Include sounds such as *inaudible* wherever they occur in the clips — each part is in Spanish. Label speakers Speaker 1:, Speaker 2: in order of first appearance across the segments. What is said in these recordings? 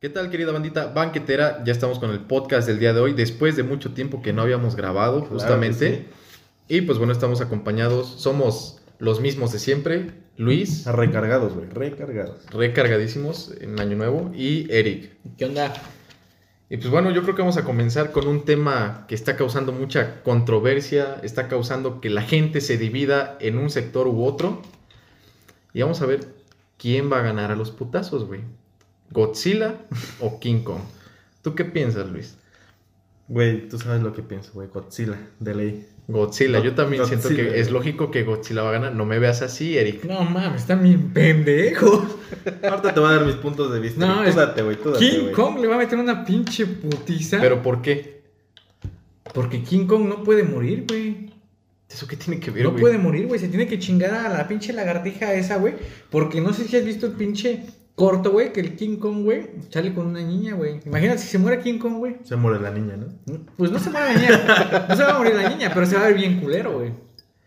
Speaker 1: ¿Qué tal, querida bandita banquetera? Ya estamos con el podcast del día de hoy, después de mucho tiempo que no habíamos grabado,
Speaker 2: Claro que
Speaker 1: justamente. Y pues bueno, estamos acompañados, somos los mismos de siempre, Luis,
Speaker 2: Recargados, güey, recargados.
Speaker 1: recargadísimos en Año Nuevo, y Eric.
Speaker 3: ¿Qué onda?
Speaker 1: Y pues bueno, yo creo que vamos a comenzar con un tema que está causando mucha controversia, está causando que la gente se divida en un sector u otro. Y vamos a ver quién va a ganar a los putazos, güey.
Speaker 3: *laughs*
Speaker 1: ¿Godzilla o King Kong? ¿Tú qué piensas, Luis?
Speaker 2: Güey, tú sabes lo que pienso, güey, Godzilla, de ley.
Speaker 1: Godzilla, yo también siento
Speaker 2: Godzilla.
Speaker 1: que es lógico que Godzilla va a ganar. No me veas así, Eric.
Speaker 3: No mames, están bien pendejos.
Speaker 2: Ahorita te voy a dar mis puntos de vista.
Speaker 3: No,
Speaker 2: güey. tú
Speaker 3: es-
Speaker 2: date, güey, tú date,
Speaker 3: King
Speaker 2: güey.
Speaker 3: Kong le va a meter una pinche putiza.
Speaker 1: ¿Pero por qué?
Speaker 3: Porque King Kong no puede morir, güey.
Speaker 1: ¿Eso qué tiene que ver,
Speaker 3: No
Speaker 1: güey?
Speaker 3: puede morir, güey. Se tiene que chingar a la pinche lagartija esa, güey. Porque no sé si has visto el pinche corto, güey, que el King Kong, güey, sale con una niña, güey. Imagínate si se muere King Kong, güey.
Speaker 2: Se muere la niña, ¿no?
Speaker 3: Pues no se muere la niña. No se va a morir la niña, pero se va a ver bien culero, güey.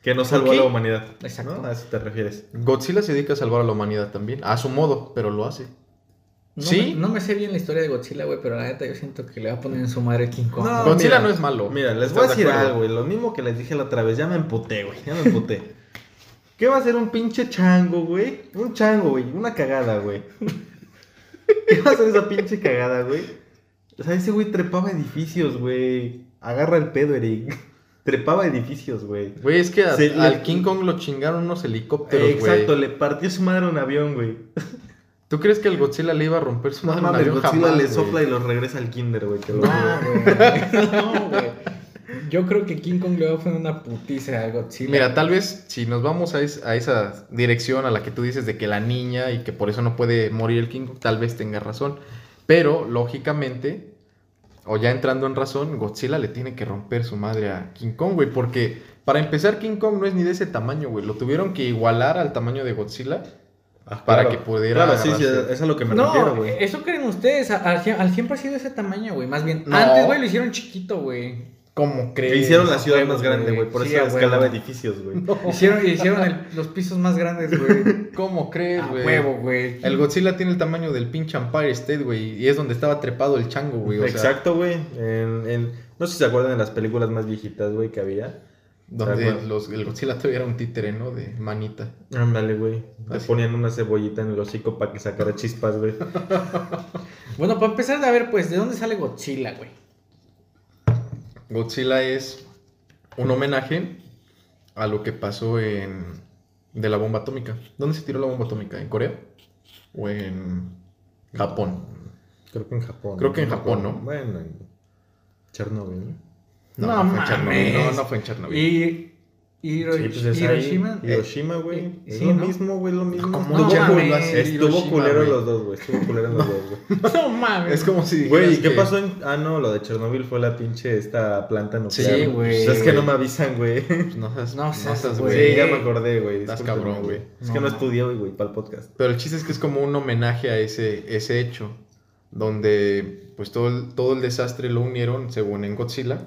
Speaker 2: Que no salvó
Speaker 1: Ok.
Speaker 2: a la humanidad.
Speaker 3: Exacto.
Speaker 2: ¿No? A eso te refieres.
Speaker 1: Godzilla se dedica a salvar a la humanidad también, a su modo, pero lo hace.
Speaker 3: No
Speaker 1: ¿Sí?
Speaker 3: Me, no me sé bien la historia de Godzilla, güey, pero la neta yo siento que le va a poner en su madre el King Kong.
Speaker 2: No,
Speaker 3: güey.
Speaker 1: Godzilla
Speaker 2: Ah, mira,
Speaker 1: no es malo.
Speaker 2: Mira, les voy
Speaker 1: ¿Estás
Speaker 2: a
Speaker 1: de
Speaker 2: decir
Speaker 1: acuerdo?
Speaker 2: algo, güey. Lo mismo que les dije la otra vez. Ya me emputé, güey. Ya me emputé. *laughs* ¿Qué va a ser un pinche chango, güey? Un chango, güey. Una cagada, güey. *laughs* ¿Qué va a ser esa pinche cagada, güey? O sea, ese güey trepaba edificios, güey. Agarra el pedo, Eric. *laughs* Trepaba edificios, güey.
Speaker 1: Güey, es que a-
Speaker 2: Se le-
Speaker 1: al King Kong lo chingaron unos helicópteros, güey.
Speaker 2: Exacto, le partió su madre a un avión, güey.
Speaker 1: ¿Tú crees que el Godzilla le iba a romper su madre?
Speaker 2: No
Speaker 1: a un
Speaker 2: mames,
Speaker 1: avión?
Speaker 2: Godzilla
Speaker 1: Jamás,
Speaker 2: le
Speaker 1: güey.
Speaker 2: sopla y lo regresa al kinder, güey. te lo juro.
Speaker 3: No, Ah, güey. No, güey. Yo creo que King Kong le va a poner una putiza a Godzilla.
Speaker 1: Mira, tal vez si nos vamos a, es- a esa dirección a la que tú dices de que la niña y que por eso no puede morir el King Kong, tal vez tenga razón. Pero, lógicamente, o ya entrando en razón, Godzilla le tiene que romper su madre a King Kong, güey. Porque, para empezar, King Kong no es ni de ese tamaño, güey. Lo tuvieron que igualar al tamaño de Godzilla.
Speaker 2: Ah,
Speaker 1: Para que pudiera
Speaker 2: Claro, sí, sí,
Speaker 1: agarrarse.
Speaker 2: es a lo que me
Speaker 3: no, eh,
Speaker 2: refiero, güey.
Speaker 3: eso creen ustedes. a- Al, sie- al siempre ha sido ese tamaño, güey. Más bien,
Speaker 1: No.
Speaker 3: antes, güey, lo hicieron chiquito, güey.
Speaker 1: ¿Cómo
Speaker 2: Que
Speaker 1: crees?
Speaker 2: hicieron
Speaker 3: a
Speaker 2: la ciudad
Speaker 3: huevo,
Speaker 2: más grande,
Speaker 3: güey.
Speaker 2: güey. Por
Speaker 3: Sí, a
Speaker 2: eso escalaba
Speaker 3: huevo.
Speaker 2: edificios, güey.
Speaker 3: Hicieron, hicieron el- los pisos más grandes, güey.
Speaker 1: ¿Cómo crees,
Speaker 3: A
Speaker 1: güey?
Speaker 3: huevo, güey.
Speaker 1: El Godzilla tiene el tamaño del pinche Empire State, güey. Y es donde estaba trepado el chango, güey. o sea,
Speaker 2: Exacto, güey. En- en- No sé si se acuerdan de las películas más viejitas, güey, que había. Tal
Speaker 1: Donde
Speaker 2: cual.
Speaker 1: los, el Godzilla todavía era un títere, ¿no? De manita.
Speaker 2: Ándale, güey. Le
Speaker 1: Así.
Speaker 2: ponían una cebollita en el hocico para que sacara chispas, güey.
Speaker 3: Bueno, para empezar, a ver, pues, ¿de dónde sale Godzilla, güey?
Speaker 1: Godzilla es un homenaje a lo que pasó en... De la bomba atómica. ¿Dónde se tiró la bomba atómica? ¿En Corea? ¿O en Japón?
Speaker 2: Creo que en
Speaker 1: *laughs*
Speaker 2: Japón.
Speaker 1: Creo que en Japón, ¿no?
Speaker 2: Bueno, en Chernobyl, ¿no?
Speaker 3: No
Speaker 1: fue en Chernobyl.
Speaker 3: mames.
Speaker 1: No, no fue en Chernobyl.
Speaker 3: Y, y Hiro-
Speaker 2: Sí, pues es ahí. *laughs*
Speaker 3: Hiroshima.
Speaker 2: Hiroshima, güey.
Speaker 3: Eh,
Speaker 2: Es
Speaker 3: sí,
Speaker 2: lo
Speaker 3: ¿no?
Speaker 2: mismo, güey, lo mismo.
Speaker 1: Como
Speaker 3: No
Speaker 1: un chango
Speaker 3: mames.
Speaker 1: lo hace
Speaker 2: Estuvo
Speaker 1: Hiroshima,
Speaker 2: culero
Speaker 1: güey.
Speaker 2: los dos, güey. Estuvo
Speaker 1: *laughs*
Speaker 2: culero los dos, güey.
Speaker 3: No mames.
Speaker 1: Es como si
Speaker 2: Güey, ¿y
Speaker 1: dijeras
Speaker 2: qué
Speaker 1: que-
Speaker 2: pasó en.? Ah, no, lo de Chernobyl fue la pinche esta planta nuclear.
Speaker 3: Sí, güey.
Speaker 2: Pues es que no me avisan, güey.
Speaker 1: Pues No seas,
Speaker 3: No
Speaker 1: no
Speaker 3: seas,
Speaker 1: seas,
Speaker 3: güey.
Speaker 1: güey.
Speaker 2: Sí, ya me acordé, *laughs* güey.
Speaker 1: Estás
Speaker 2: discúlpenme,
Speaker 1: cabrón, güey.
Speaker 2: Es
Speaker 3: No,
Speaker 2: que no
Speaker 3: no.
Speaker 2: estudié hoy, güey, para el podcast.
Speaker 1: Pero el chiste es que es como un homenaje a ese, ese hecho, donde pues todo el, todo el desastre lo unieron, según en Godzilla,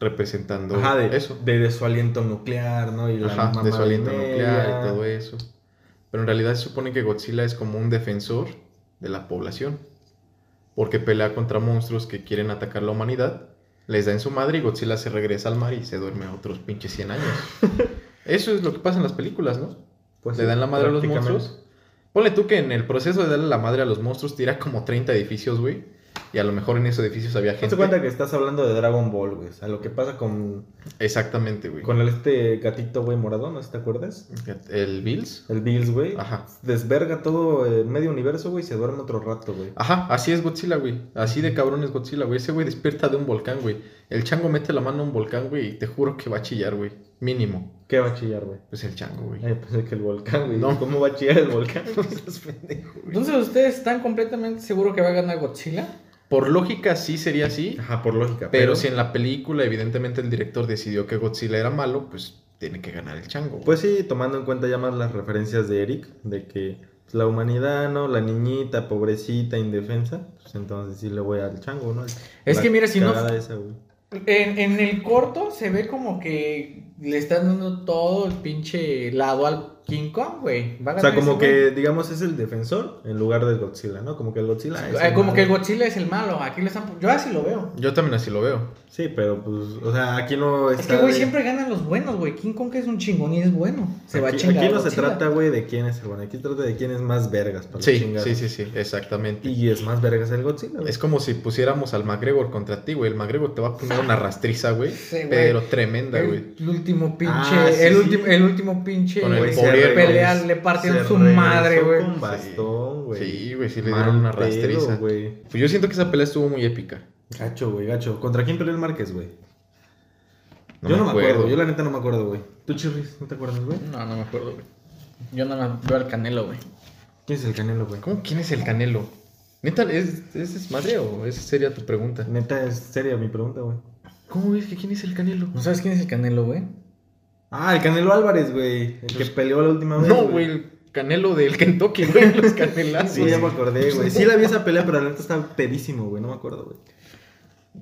Speaker 1: representando
Speaker 2: Ajá, de,
Speaker 1: eso.
Speaker 2: De, de su aliento nuclear, ¿no? Y la
Speaker 1: Ajá,
Speaker 2: mamá
Speaker 1: de su aliento
Speaker 2: media.
Speaker 1: nuclear y todo eso. Pero en realidad se supone que Godzilla es como un defensor de la población, porque pelea contra monstruos que quieren atacar la humanidad, les da en su madre y Godzilla se regresa al mar y se duerme otros pinches 100
Speaker 2: *laughs*
Speaker 1: años. eso es lo que pasa en las películas, ¿no?
Speaker 2: Pues
Speaker 1: le
Speaker 2: sí,
Speaker 1: dan la madre a los
Speaker 2: prácticamente.
Speaker 1: monstruos. Ponle tú que en el proceso de darle la madre a los monstruos tira como 30 edificios, güey. Y a lo mejor en esos edificios había gente.
Speaker 2: Hazte cuenta que estás hablando de Dragon Ball, güey. O sea, lo que pasa con,
Speaker 1: Exactamente, güey.
Speaker 2: con el, este gatito, güey, morado, ¿no? ¿Te acuerdas?
Speaker 1: El Bills.
Speaker 2: El Bills, güey.
Speaker 1: Ajá.
Speaker 2: Desverga todo eh, medio universo, güey, y se duerme otro rato, güey.
Speaker 1: Ajá, así es Godzilla, güey. Así de cabrón es Godzilla, güey. Ese güey despierta de un volcán, güey. El chango mete la mano a un volcán, güey, y te juro que va a chillar, güey. Mínimo.
Speaker 2: ¿Qué va a chillar, güey?
Speaker 1: Pues el chango, güey.
Speaker 2: Ay, pensé Eh, que el volcán, güey.
Speaker 1: No.
Speaker 2: ¿Cómo va a chillar el
Speaker 3: *laughs*
Speaker 2: volcán?
Speaker 3: Entonces, ¿ustedes están completamente seguros que va a ganar Godzilla?
Speaker 1: Por lógica sí sería así,
Speaker 2: Ajá, por lógica.
Speaker 1: pero si en la película evidentemente el director decidió que Godzilla era malo, pues tiene que ganar el chango. güey.
Speaker 2: Pues sí, tomando en cuenta ya más las referencias de Eric, de que pues, la humanidad, ¿no? La niñita, pobrecita, indefensa. Pues entonces sí le voy al chango, ¿no?
Speaker 3: Es
Speaker 2: La
Speaker 3: que mira, si no-
Speaker 2: cagada esa, güey.
Speaker 3: En, en el corto se ve como que le están dando todo el pinche lado al King Kong, güey. Va a
Speaker 2: O sea,
Speaker 3: ganar
Speaker 2: como
Speaker 3: ese, güey.
Speaker 2: que, digamos, es el defensor en lugar del Godzilla, ¿no? Como que el Godzilla es
Speaker 3: Eh,
Speaker 2: el
Speaker 3: como
Speaker 2: malo.
Speaker 3: que el Godzilla es el malo. Aquí lo están. Yo así lo veo.
Speaker 1: Yo también así lo veo.
Speaker 2: Sí, pero pues, o sea, aquí no está...
Speaker 3: Es que, güey,
Speaker 2: de-
Speaker 3: siempre ganan los buenos, güey. King Kong es un chingón y es bueno. Se va a
Speaker 2: aquí,
Speaker 3: chingar.
Speaker 2: aquí
Speaker 3: a
Speaker 2: no se
Speaker 3: Godzilla.
Speaker 2: trata, güey, de quién es el bueno. Aquí se trata de quién es más vergas para
Speaker 1: Sí,
Speaker 2: chingar.
Speaker 1: sí, sí, sí, exactamente.
Speaker 2: Y es más vergas el Godzilla, güey.
Speaker 1: Es como si pusiéramos al McGregor contra ti, güey. El McGregor te va a poner
Speaker 2: *laughs*
Speaker 1: una rastriza, güey.
Speaker 3: Sí, güey.
Speaker 1: pero tremenda, güey.
Speaker 3: El, último pinche.
Speaker 2: Ah, sí,
Speaker 3: el,
Speaker 2: sí.
Speaker 3: último, el último pinche.
Speaker 1: Con el
Speaker 3: güey,
Speaker 1: pobre
Speaker 3: se
Speaker 1: Elvis.
Speaker 3: pelean, le partieron
Speaker 2: Se
Speaker 3: su
Speaker 2: regresó
Speaker 3: madre, güey.
Speaker 2: con bastón, güey.
Speaker 1: Sí, güey, sí le
Speaker 2: Mal
Speaker 1: dieron una
Speaker 2: pedo,
Speaker 1: rastriza.
Speaker 2: güey.
Speaker 1: Pues yo siento que esa pelea estuvo muy épica.
Speaker 2: Gacho, güey, gacho. ¿Contra quién peleó el Márquez, güey?
Speaker 1: No
Speaker 2: yo
Speaker 1: me
Speaker 2: no me acuerdo,
Speaker 1: acuerdo.
Speaker 2: yo la neta no me acuerdo, güey. ¿Tú, Chirris, no te acuerdas, güey?
Speaker 3: No, no me acuerdo, güey. Yo nada más veo al canelo, güey.
Speaker 2: ¿Quién es el Canelo, güey?
Speaker 1: ¿Cómo quién es el Canelo? ¿Neta es, es desmadre o esa sería tu pregunta?
Speaker 2: Neta, es seria mi pregunta, güey.
Speaker 1: ¿Cómo ves que quién es el Canelo?
Speaker 3: ¿No sabes quién es el canelo, güey?
Speaker 2: Ah, el Canelo Álvarez, güey. El que peleó la última vez.
Speaker 1: Pues, No, güey, el Canelo del Kentucky, güey, *laughs* los canelazos.
Speaker 2: Sí, ya me
Speaker 1: Pues,
Speaker 2: acordé, güey. Sí la vi esa pelea, pero la neta estaba pedísimo, güey. No me acuerdo, güey.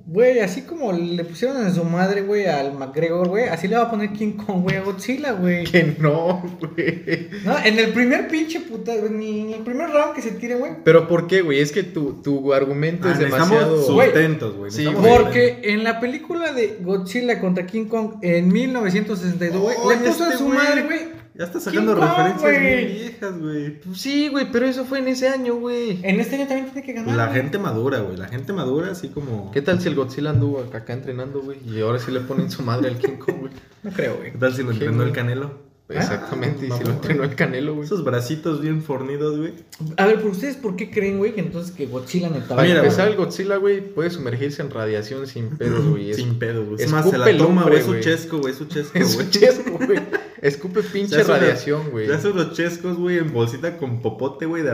Speaker 3: Güey, así como le pusieron en su madre, güey, al McGregor, güey, así le va a poner King Kong, güey, a Godzilla, güey.
Speaker 1: Que no, güey.
Speaker 3: No, en el primer pinche puta, güey, ni en el primer round que se tire, güey.
Speaker 1: Pero ¿por qué, güey? Es que tu, tu argumento
Speaker 2: Ah,
Speaker 1: es
Speaker 2: necesitamos
Speaker 1: demasiado...
Speaker 3: su- Güey.
Speaker 2: sustentos, güey.
Speaker 1: Sí,
Speaker 2: Necesitamos
Speaker 1: güey.
Speaker 2: sustentos.
Speaker 3: Porque en la película de Godzilla contra King Kong en 1962, güey,
Speaker 2: Ay,
Speaker 3: le puso en
Speaker 2: este
Speaker 3: su
Speaker 2: güey.
Speaker 3: madre, güey.
Speaker 2: Ya está sacando
Speaker 3: King Kong,
Speaker 2: referencias
Speaker 3: güey.
Speaker 2: muy viejas, güey.
Speaker 1: Sí, güey, pero eso fue en ese año, güey.
Speaker 3: En este año también tiene que ganar.
Speaker 2: Pues La
Speaker 3: güey.
Speaker 2: gente madura, güey. La gente madura, así como.
Speaker 1: ¿Qué tal si el Godzilla anduvo acá, acá entrenando, güey? Y ahora sí le ponen su madre al King Kong, *laughs* güey.
Speaker 3: No creo, güey.
Speaker 2: ¿Qué tal si lo
Speaker 1: ¿Qué,
Speaker 2: entrenó
Speaker 1: güey?
Speaker 2: el Canelo?
Speaker 1: Exactamente, y
Speaker 2: Ah,
Speaker 1: si lo
Speaker 2: mamá,
Speaker 1: entrenó
Speaker 2: güey.
Speaker 1: el Canelo, güey.
Speaker 2: Esos bracitos bien fornidos, güey.
Speaker 3: A ver, ¿por ustedes por qué creen, güey, que entonces que Godzilla neta va a
Speaker 1: Para
Speaker 2: Mira,
Speaker 3: ganar?
Speaker 1: empezar, el Godzilla, güey, puede sumergirse en radiación sin pedos, güey. Es-
Speaker 2: Sin pedo, güey. Es
Speaker 1: escupe
Speaker 2: más, se la
Speaker 1: el hombre,
Speaker 2: toma, güey. Es un
Speaker 1: güey.
Speaker 2: chesco, güey. Es un chesco,
Speaker 1: *laughs* Es
Speaker 2: güey.
Speaker 1: un chesco, güey. Escupe pinche
Speaker 2: Ya suena-
Speaker 1: radiación, güey.
Speaker 2: Ya son los chescos, güey, en bolsita con popote, güey, de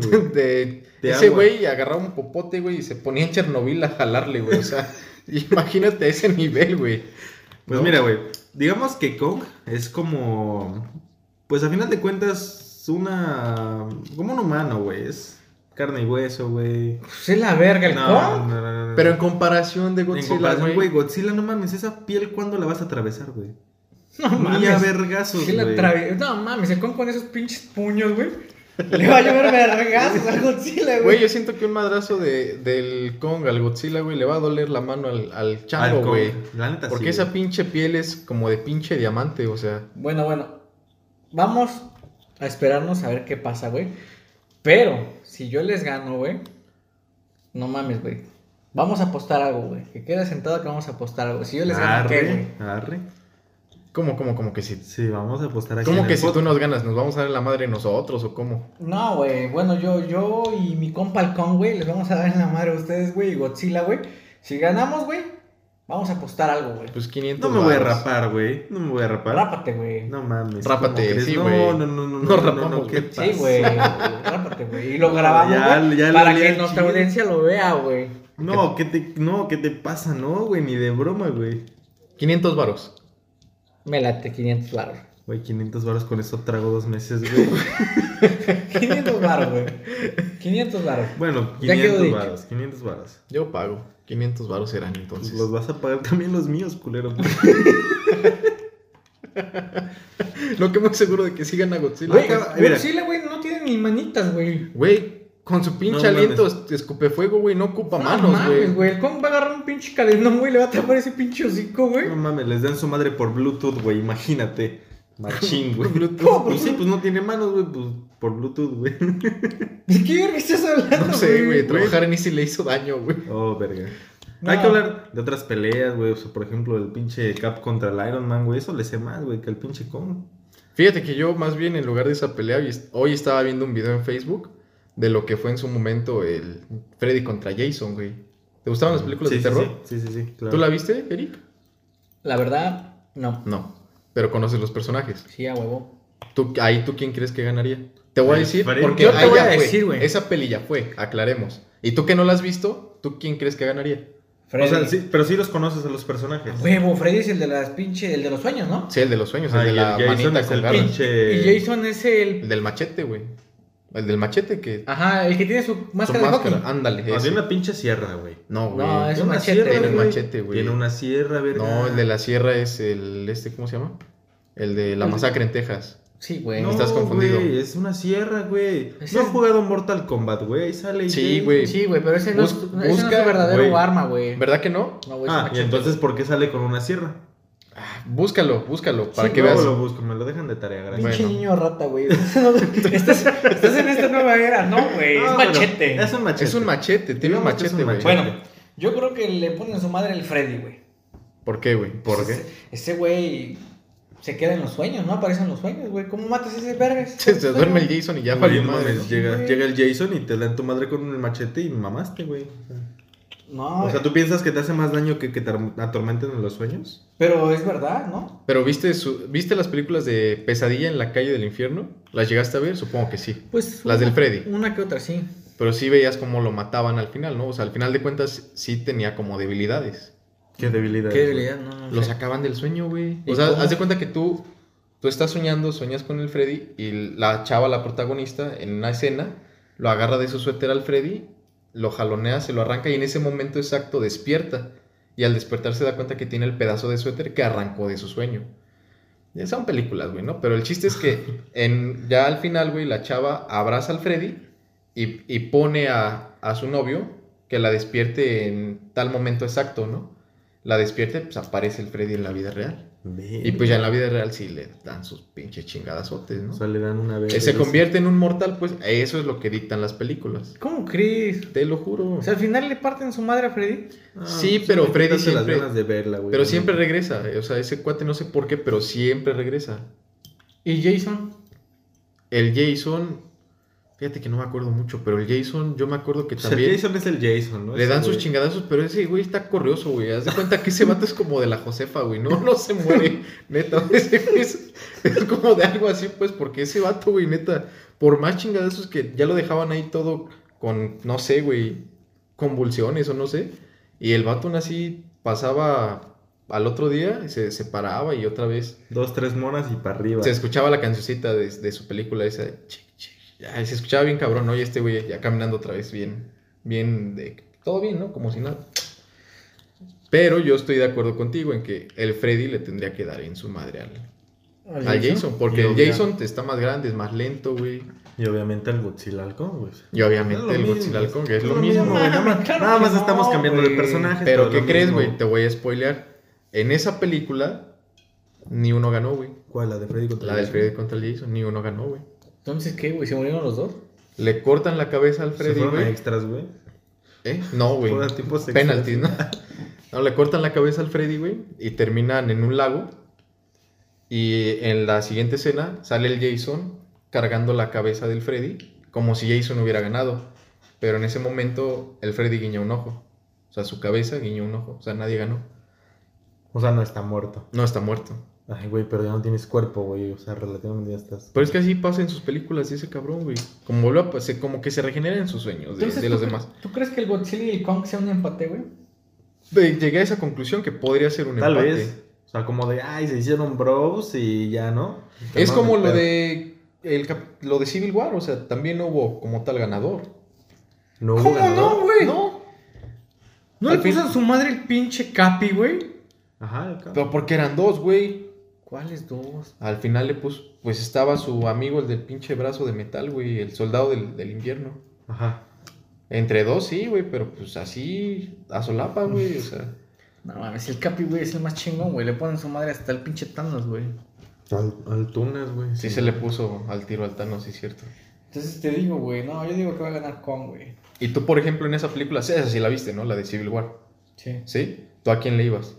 Speaker 1: *laughs*
Speaker 2: güey.
Speaker 1: De,
Speaker 2: De
Speaker 1: ese
Speaker 2: agua.
Speaker 1: güey agarraba un popote, güey, y se ponía en Chernobyl a jalarle, güey. O sea, *laughs* imagínate ese nivel, güey.
Speaker 2: Pues
Speaker 1: ¿No?
Speaker 2: mira, güey, digamos que Kong es como, pues a final de cuentas, una, como un humano, güey, es carne y hueso, güey.
Speaker 3: Pues es la verga, el Kong.
Speaker 2: no, no.
Speaker 1: Pero en comparación de
Speaker 2: en
Speaker 1: Godzilla,
Speaker 2: comparación,
Speaker 1: güey.
Speaker 2: güey, Godzilla, no mames, esa piel, ¿cuándo la vas a atravesar, güey?
Speaker 3: No
Speaker 2: Ni a
Speaker 3: mames.
Speaker 2: vergazos,
Speaker 3: Sí la
Speaker 2: güey.
Speaker 3: atraviesa. No mames, el con con esos pinches puños, güey. Le va a llover vergazos al Godzilla,
Speaker 1: Güey,
Speaker 3: güey.
Speaker 1: yo siento que un madrazo de, del Kong al Godzilla, güey, le va a doler la mano al, al
Speaker 2: Al
Speaker 1: chango,
Speaker 2: Kong,
Speaker 1: güey.
Speaker 2: La neta,
Speaker 1: Porque
Speaker 2: sí,
Speaker 1: esa
Speaker 2: güey.
Speaker 1: pinche piel es como de pinche diamante, o sea.
Speaker 3: Bueno, bueno. Vamos a esperarnos a ver qué pasa, güey. Pero, si yo les gano, güey. No mames, güey. Vamos a apostar algo, güey. Que quede sentado que vamos a apostar algo. Si yo les gano, ¿qué, güey?
Speaker 2: Arre, arre.
Speaker 1: Como, como, como que si.
Speaker 2: Sí, vamos a apostar aquí. en
Speaker 1: Como
Speaker 2: el
Speaker 1: que si
Speaker 2: pod-
Speaker 1: tú nos ganas, nos vamos a dar la madre nosotros o cómo.
Speaker 3: No, güey, bueno, yo, yo y mi compa el con, güey, les vamos a dar en la madre a ustedes, güey, y Godzilla, güey. Si ganamos, güey, vamos a apostar algo, güey.
Speaker 1: Pues 500.
Speaker 2: No me voy a
Speaker 1: varos.
Speaker 2: rapar, güey. No me voy a rapar.
Speaker 3: Rápate, güey.
Speaker 2: Pues, No mames.
Speaker 1: Rápate,
Speaker 2: ¿cómo crees?
Speaker 1: sí,
Speaker 2: no,
Speaker 1: güey.
Speaker 2: no, no, no, no,
Speaker 1: Nos
Speaker 2: no,
Speaker 1: rapamos,
Speaker 2: no, ¿qué
Speaker 1: güey.
Speaker 3: Sí,
Speaker 2: pasa?
Speaker 3: güey, rápate, güey. Y lo grabamos,
Speaker 2: Ya-
Speaker 3: güey,
Speaker 2: ya le
Speaker 3: para
Speaker 2: olía
Speaker 3: que
Speaker 2: el
Speaker 3: nuestra
Speaker 2: chile.
Speaker 3: audiencia lo vea, güey.
Speaker 2: No, ¿qué te, no, ¿qué te pasa? No, güey, ni de broma, güey.
Speaker 1: 500 varos.
Speaker 3: Me late 500 baros.
Speaker 2: Güey, 500 baros con eso trago dos meses, güey.
Speaker 3: 500 baros, güey. 500 baros.
Speaker 2: Bueno,
Speaker 3: Ya quedó
Speaker 2: 500
Speaker 3: dicho.
Speaker 2: baros, 500 baros.
Speaker 1: Yo pago. 500 varos serán
Speaker 2: Pues
Speaker 1: entonces.
Speaker 2: los vas a pagar también los míos, culero.
Speaker 1: Lo que muy seguro de que sigan a Godzilla.
Speaker 3: Güey,
Speaker 1: güey.
Speaker 2: acaba- mira.
Speaker 3: Ah, pues, Godzilla, güey, no tiene ni manitas, güey.
Speaker 1: Güey, con su pinche
Speaker 2: No
Speaker 1: aliento es- escupe fuego, güey, no ocupa manos, güey.
Speaker 3: güey. El con va a agarrar un pinche calendón, güey, le va a tapar ese pinche hocico, güey.
Speaker 2: No mames, les dan su madre por Bluetooth, güey, imagínate.
Speaker 1: *laughs*
Speaker 2: Machín, güey.
Speaker 1: Bluetooth.
Speaker 2: Pues sí, pues no tiene manos, güey, pues por Bluetooth, güey.
Speaker 3: ¿De qué verga estás hablando,
Speaker 1: No sé, güey,
Speaker 2: güey.
Speaker 1: trabajar en Easy le hizo daño, güey.
Speaker 2: Oh, verga.
Speaker 3: No.
Speaker 2: Hay que hablar de otras peleas, güey. O sea, por ejemplo, el pinche Cap contra el Iron Man, güey. Eso le sé más, güey, que el pinche Kong.
Speaker 1: Fíjate que yo más bien en lugar de esa pelea, hoy est- hoy estaba viendo un video en Facebook de lo que fue en su momento el Freddy contra Jason, güey. ¿Te gustaban las películas
Speaker 2: Mm, Sí,
Speaker 1: de
Speaker 2: sí,
Speaker 1: terror?
Speaker 2: Sí, sí, sí, sí, claro.
Speaker 1: ¿Tú la viste, Eric?
Speaker 3: La verdad, no.
Speaker 1: No, pero conoces los personajes.
Speaker 3: Sí, a huevo.
Speaker 1: ¿Tú, ahí tú quién crees que ganaría? Te voy a
Speaker 2: El
Speaker 1: decir
Speaker 2: Freddy.
Speaker 1: porque
Speaker 3: Yo te
Speaker 1: ahí
Speaker 3: voy
Speaker 1: ya
Speaker 3: a
Speaker 1: fue.
Speaker 3: decir, güey.
Speaker 1: Esa peli ya fue, aclaremos. ¿Y tú que no la has visto? ¿Tú quién crees que ganaría?
Speaker 3: Freddy.
Speaker 2: O sea, sí, pero sí los conoces a los
Speaker 1: Ah,
Speaker 2: personajes.
Speaker 3: Huevo, Freddy es el de las pinche, el de los sueños, ¿no?
Speaker 1: Sí, el de los sueños,
Speaker 2: Ah,
Speaker 1: pues el de
Speaker 2: y
Speaker 1: la
Speaker 2: el Jason
Speaker 1: manita
Speaker 2: es
Speaker 1: con
Speaker 2: el
Speaker 1: garra.
Speaker 2: pinche.
Speaker 3: Y Jason es el.
Speaker 1: El del machete, güey. El del machete que.
Speaker 3: Ajá, el que tiene su
Speaker 1: su
Speaker 3: Ah,
Speaker 1: ah,
Speaker 3: máscara de hockey.
Speaker 1: Ándale.
Speaker 2: Más
Speaker 1: ese.
Speaker 2: bien una pinche sierra, güey.
Speaker 1: No, güey.
Speaker 3: No, es un
Speaker 2: Una
Speaker 3: machete.
Speaker 2: sierra,
Speaker 1: Tiene el
Speaker 2: güey.
Speaker 1: machete, güey.
Speaker 2: Tiene una sierra, verga.
Speaker 1: No, el de la sierra es el. este ¿Cómo se llama? El de la
Speaker 3: El-
Speaker 1: masacre en Texas.
Speaker 3: Sí, güey.
Speaker 1: No. estás confundido.
Speaker 2: güey, es una sierra, güey.
Speaker 3: Ese
Speaker 2: No he
Speaker 3: es-
Speaker 2: jugado Mortal Kombat, güey. Ahí sale. y
Speaker 1: Sí,
Speaker 2: ve.
Speaker 1: güey.
Speaker 3: Sí, güey, pero ese no, es-
Speaker 1: Bus-
Speaker 3: ese no es
Speaker 1: busca,
Speaker 3: su verdadero
Speaker 1: güey.
Speaker 3: arma, güey.
Speaker 1: ¿Verdad que no?
Speaker 3: No, güey, es
Speaker 2: Ah, y
Speaker 3: Pues, machete.
Speaker 2: entonces, ¿por qué sale con una sierra?
Speaker 1: Búscalo, búscalo, para
Speaker 3: Sí,
Speaker 1: que
Speaker 2: Luego
Speaker 1: veas.
Speaker 2: lo busco, me lo dejan de tarea, gracias.
Speaker 3: Pinche
Speaker 1: Bueno.
Speaker 3: niño rata, güey. *laughs* estás, estás en esta nueva era, no, güey.
Speaker 2: No,
Speaker 3: es
Speaker 2: pero
Speaker 3: machete.
Speaker 2: Es un machete.
Speaker 1: Es un machete, tiene un
Speaker 2: Digamos que es
Speaker 1: machete,
Speaker 2: un
Speaker 1: güey.
Speaker 2: machete.
Speaker 3: Bueno, yo creo que le ponen su madre el Freddy, güey.
Speaker 1: ¿Por qué, güey?
Speaker 2: ¿Por qué?
Speaker 3: Ese- Ese güey se queda en los sueños, ¿no? Aparecen los sueños, güey. ¿Cómo matas a ese vergas?
Speaker 1: *laughs* Se, se duerme el Jason y ya
Speaker 2: Güey,
Speaker 1: valió
Speaker 2: no
Speaker 1: madre.
Speaker 2: mames,
Speaker 1: ¿no?
Speaker 2: llega,
Speaker 3: Güey.
Speaker 2: llega el Jason y te dan tu madre con el machete y mamaste, güey.
Speaker 3: No,
Speaker 2: O sea, ¿tú piensas que te hace más daño que que te atormenten en los sueños?
Speaker 3: pero es verdad, ¿no?
Speaker 1: Pero viste su- viste las películas de Pesadilla en la calle del infierno? ¿Las llegaste a ver? Supongo que sí.
Speaker 3: Pues
Speaker 1: Las del Freddy.
Speaker 3: Una que otra, sí.
Speaker 1: Pero sí veías cómo lo mataban al final, ¿no? O sea, al final de cuentas sí tenía como debilidades.
Speaker 2: Qué debilidad.
Speaker 3: Qué debilidad, no, no.
Speaker 1: Lo
Speaker 3: sé.
Speaker 1: sacaban del sueño, güey.
Speaker 3: ¿Y
Speaker 1: O sea,
Speaker 3: cómo?
Speaker 1: haz de cuenta que tú tú estás soñando, sueñas con el Freddy y la chava, la protagonista, en una escena lo agarra de su suéter al Freddy, lo jalonea, se lo arranca y en ese momento exacto despierta. Y al despertar se da cuenta que tiene el pedazo de suéter que arrancó de su sueño. Ya Son películas, güey, ¿no? Pero el chiste es que
Speaker 3: *laughs*
Speaker 1: en, ya al final, güey, la chava abraza al Freddy y, y pone a, a su novio que la despierte en tal momento exacto, ¿no? La despierte, pues aparece el Freddy en la vida real. Y pues ya en la vida real sí le dan sus pinches chingadazotes, ¿no?
Speaker 2: O sea, le dan una vez.
Speaker 1: Que se convierte en un mortal, pues eso es lo que dictan las películas.
Speaker 3: ¿Cómo crees?
Speaker 1: Te lo juro.
Speaker 3: O sea, al final le parten su madre a Freddy.
Speaker 1: Sí, pero Freddy
Speaker 2: Ah, pues, las
Speaker 1: siempre-
Speaker 2: ganas de verla, güey.
Speaker 1: pero
Speaker 2: la
Speaker 1: siempre
Speaker 2: neta.
Speaker 1: regresa. eh, O sea, ese cuate no sé por qué, pero siempre regresa.
Speaker 3: ¿Y Jason?
Speaker 1: El Jason, fíjate que no me acuerdo mucho, pero el Jason, yo me acuerdo que
Speaker 2: O sea,
Speaker 1: también
Speaker 2: el Jason es el Jason, ¿no?
Speaker 1: le
Speaker 2: Ese
Speaker 1: dan sus
Speaker 2: güey.
Speaker 1: chingadazos, pero ese güey está corrioso, güey. Haz de cuenta que ese vato es como de la Josefa, güey. No, no se
Speaker 2: *laughs*
Speaker 1: muere, neta. Ese güey es, es como de algo así, pues, porque ese vato, güey, neta, por más chingadazos que ya lo dejaban ahí todo con, no sé, güey, convulsiones o no sé. Y el vato aún así pasaba al otro día y se separaba y otra vez
Speaker 2: Dos, tres monas y para arriba.
Speaker 1: se escuchaba la cancioncita de, de su película esa. de chic, chic. Ay, se escuchaba bien cabrón, ¿no? Y este güey ya caminando otra vez bien, bien de... Todo bien, ¿no? Como si nada. Pero yo estoy de acuerdo contigo en que el Freddy le tendría que dar en su madre al, al Jason. Porque
Speaker 2: Y
Speaker 1: el
Speaker 2: obvia-
Speaker 1: Jason te está más grande, es más lento, güey.
Speaker 2: Y obviamente al Godzilla Halcón, güey.
Speaker 1: Y obviamente
Speaker 2: Es lo
Speaker 1: el
Speaker 2: mismo.
Speaker 1: Godzilla Halcón, que es
Speaker 2: Es
Speaker 1: lo
Speaker 2: lo
Speaker 1: mismo.
Speaker 2: mismo, güey. Nada
Speaker 3: Mames,
Speaker 2: más,
Speaker 3: claro
Speaker 2: nada
Speaker 3: que
Speaker 2: más estamos
Speaker 3: no,
Speaker 2: cambiando
Speaker 3: güey.
Speaker 2: el personaje.
Speaker 1: Pero
Speaker 2: todo
Speaker 1: ¿qué
Speaker 2: lo
Speaker 1: crees,
Speaker 2: mismo.
Speaker 1: güey? Te voy a spoilear. En esa película, ni uno ganó, güey.
Speaker 2: ¿Cuál? ¿La de Freddy contra
Speaker 1: La del
Speaker 2: Jason?
Speaker 1: Freddy contra el Jason, ni uno ganó, güey.
Speaker 3: Entonces, ¿qué, güey? ¿Se murieron los dos?
Speaker 1: Le cortan la cabeza al
Speaker 2: Se
Speaker 1: Freddy,
Speaker 2: fueron a
Speaker 1: güey.
Speaker 2: extras, güey.
Speaker 1: ¿Eh? No, güey.
Speaker 2: Fueron a tiempos extras.
Speaker 1: Penaltis,
Speaker 3: *laughs*
Speaker 1: ¿no? No, le cortan la cabeza al Freddy, güey, y terminan en un lago. Y en la siguiente escena sale el Jason cargando la cabeza del Freddy, como si Jason hubiera ganado. Pero en ese momento el Freddy guiña un ojo. O sea, su cabeza guiñó un ojo. O sea, nadie ganó.
Speaker 2: O sea, no está muerto.
Speaker 1: No está muerto.
Speaker 2: Ay, güey, pero ya no tienes cuerpo, güey. O sea, relativamente ya estás.
Speaker 1: Pero es que así pasa en sus películas, ese cabrón, güey. Como, vuelve a- pues, se- como que se regenera en sus sueños de,
Speaker 3: Entonces,
Speaker 1: de los
Speaker 3: ¿tú cre-
Speaker 1: demás.
Speaker 3: ¿Tú crees que el Godzilla y el Kong sea un empate, güey?
Speaker 1: Ve, Llegué a esa conclusión que podría ser un
Speaker 2: Tal
Speaker 1: empate.
Speaker 2: vez. O sea, como de, ay, se hicieron bros y ya, ¿no?
Speaker 1: Es
Speaker 2: Tomaron
Speaker 1: como
Speaker 2: el
Speaker 1: lo
Speaker 2: pedo.
Speaker 1: de el cap- lo de Civil War, o sea, también no hubo como tal ganador.
Speaker 2: No hubo
Speaker 3: ¿Cómo
Speaker 2: ganador.
Speaker 3: no, güey?
Speaker 1: No.
Speaker 3: ¿No
Speaker 1: Al
Speaker 3: le
Speaker 1: fin-
Speaker 3: puso a su madre el pinche Capi, güey?
Speaker 2: Ajá, el cabrón.
Speaker 1: Pero porque eran dos, güey.
Speaker 3: ¿Cuáles dos?
Speaker 1: Al final le puso, pues estaba su amigo el del pinche brazo de metal, güey, el soldado del, del invierno.
Speaker 2: Ajá.
Speaker 1: Entre dos, sí, güey, pero pues así, a solapa, güey, o sea.
Speaker 3: No mames, el Capi, güey, es el más chingón, güey. Le ponen su madre hasta el pinche Thanos, güey.
Speaker 2: Al, al Tunas, güey.
Speaker 1: Sí se le puso al tiro al Thanos, sí, es cierto.
Speaker 3: Entonces te digo, güey, no, yo digo que va a ganar Kong, güey.
Speaker 1: Y tú, por ejemplo, en esa película, sí, esa sí la viste, ¿no? La de Civil War,
Speaker 3: Sí.
Speaker 1: ¿sí? ¿Tú a quién le ibas?
Speaker 3: Es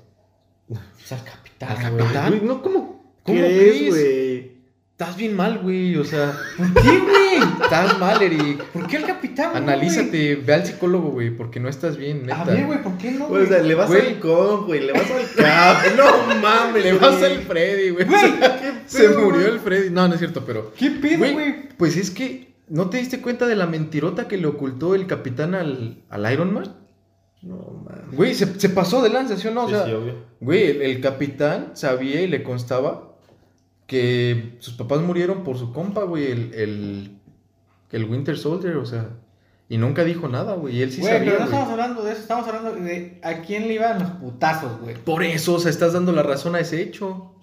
Speaker 3: Pues, al capitán,
Speaker 1: ¿Al
Speaker 3: güey.
Speaker 1: capitán?
Speaker 2: Güey, no, ¿cómo?
Speaker 1: ¿Cómo
Speaker 2: crees,
Speaker 1: crees?
Speaker 2: güey?
Speaker 1: Estás bien mal, güey, o sea,
Speaker 3: ¿Por qué, güey?
Speaker 1: *laughs* estás mal, Eric.
Speaker 3: ¿Por qué el capitán? güey?
Speaker 1: Analízate, ve al psicólogo, güey, porque no estás bien, neta.
Speaker 3: A ver, Ah, güey, ¿por qué no,
Speaker 2: O sea, le vas
Speaker 1: Güey.
Speaker 2: al con, güey, le vas
Speaker 1: *laughs*
Speaker 2: al cap. No mames,
Speaker 1: Le vas
Speaker 2: güey.
Speaker 1: al Freddy, güey.
Speaker 3: Güey,
Speaker 1: *laughs* Se
Speaker 3: pedo,
Speaker 1: murió
Speaker 3: güey?
Speaker 1: el Freddy. No, no es cierto, pero.
Speaker 3: ¿Qué pedo, güey?
Speaker 1: Güey, pues es que. ¿No te diste cuenta de la mentirota que le ocultó el capitán al, al Iron Man?
Speaker 2: No mames.
Speaker 1: Güey, se, se pasó de lanza, ¿sí o no? O
Speaker 2: Sí,
Speaker 1: sea,
Speaker 2: sí, obvio.
Speaker 1: güey, el, el capitán sabía y le constaba que sus papás murieron por su compa, güey, el, el, el Winter Soldier, o sea. Y nunca dijo nada, güey. y él sí
Speaker 3: Güey,
Speaker 1: sabía.
Speaker 3: pero no
Speaker 1: güey.
Speaker 3: estamos hablando de eso, estamos hablando de a quién le iban los putazos, güey.
Speaker 1: Por eso, o sea, estás dando la razón a ese hecho.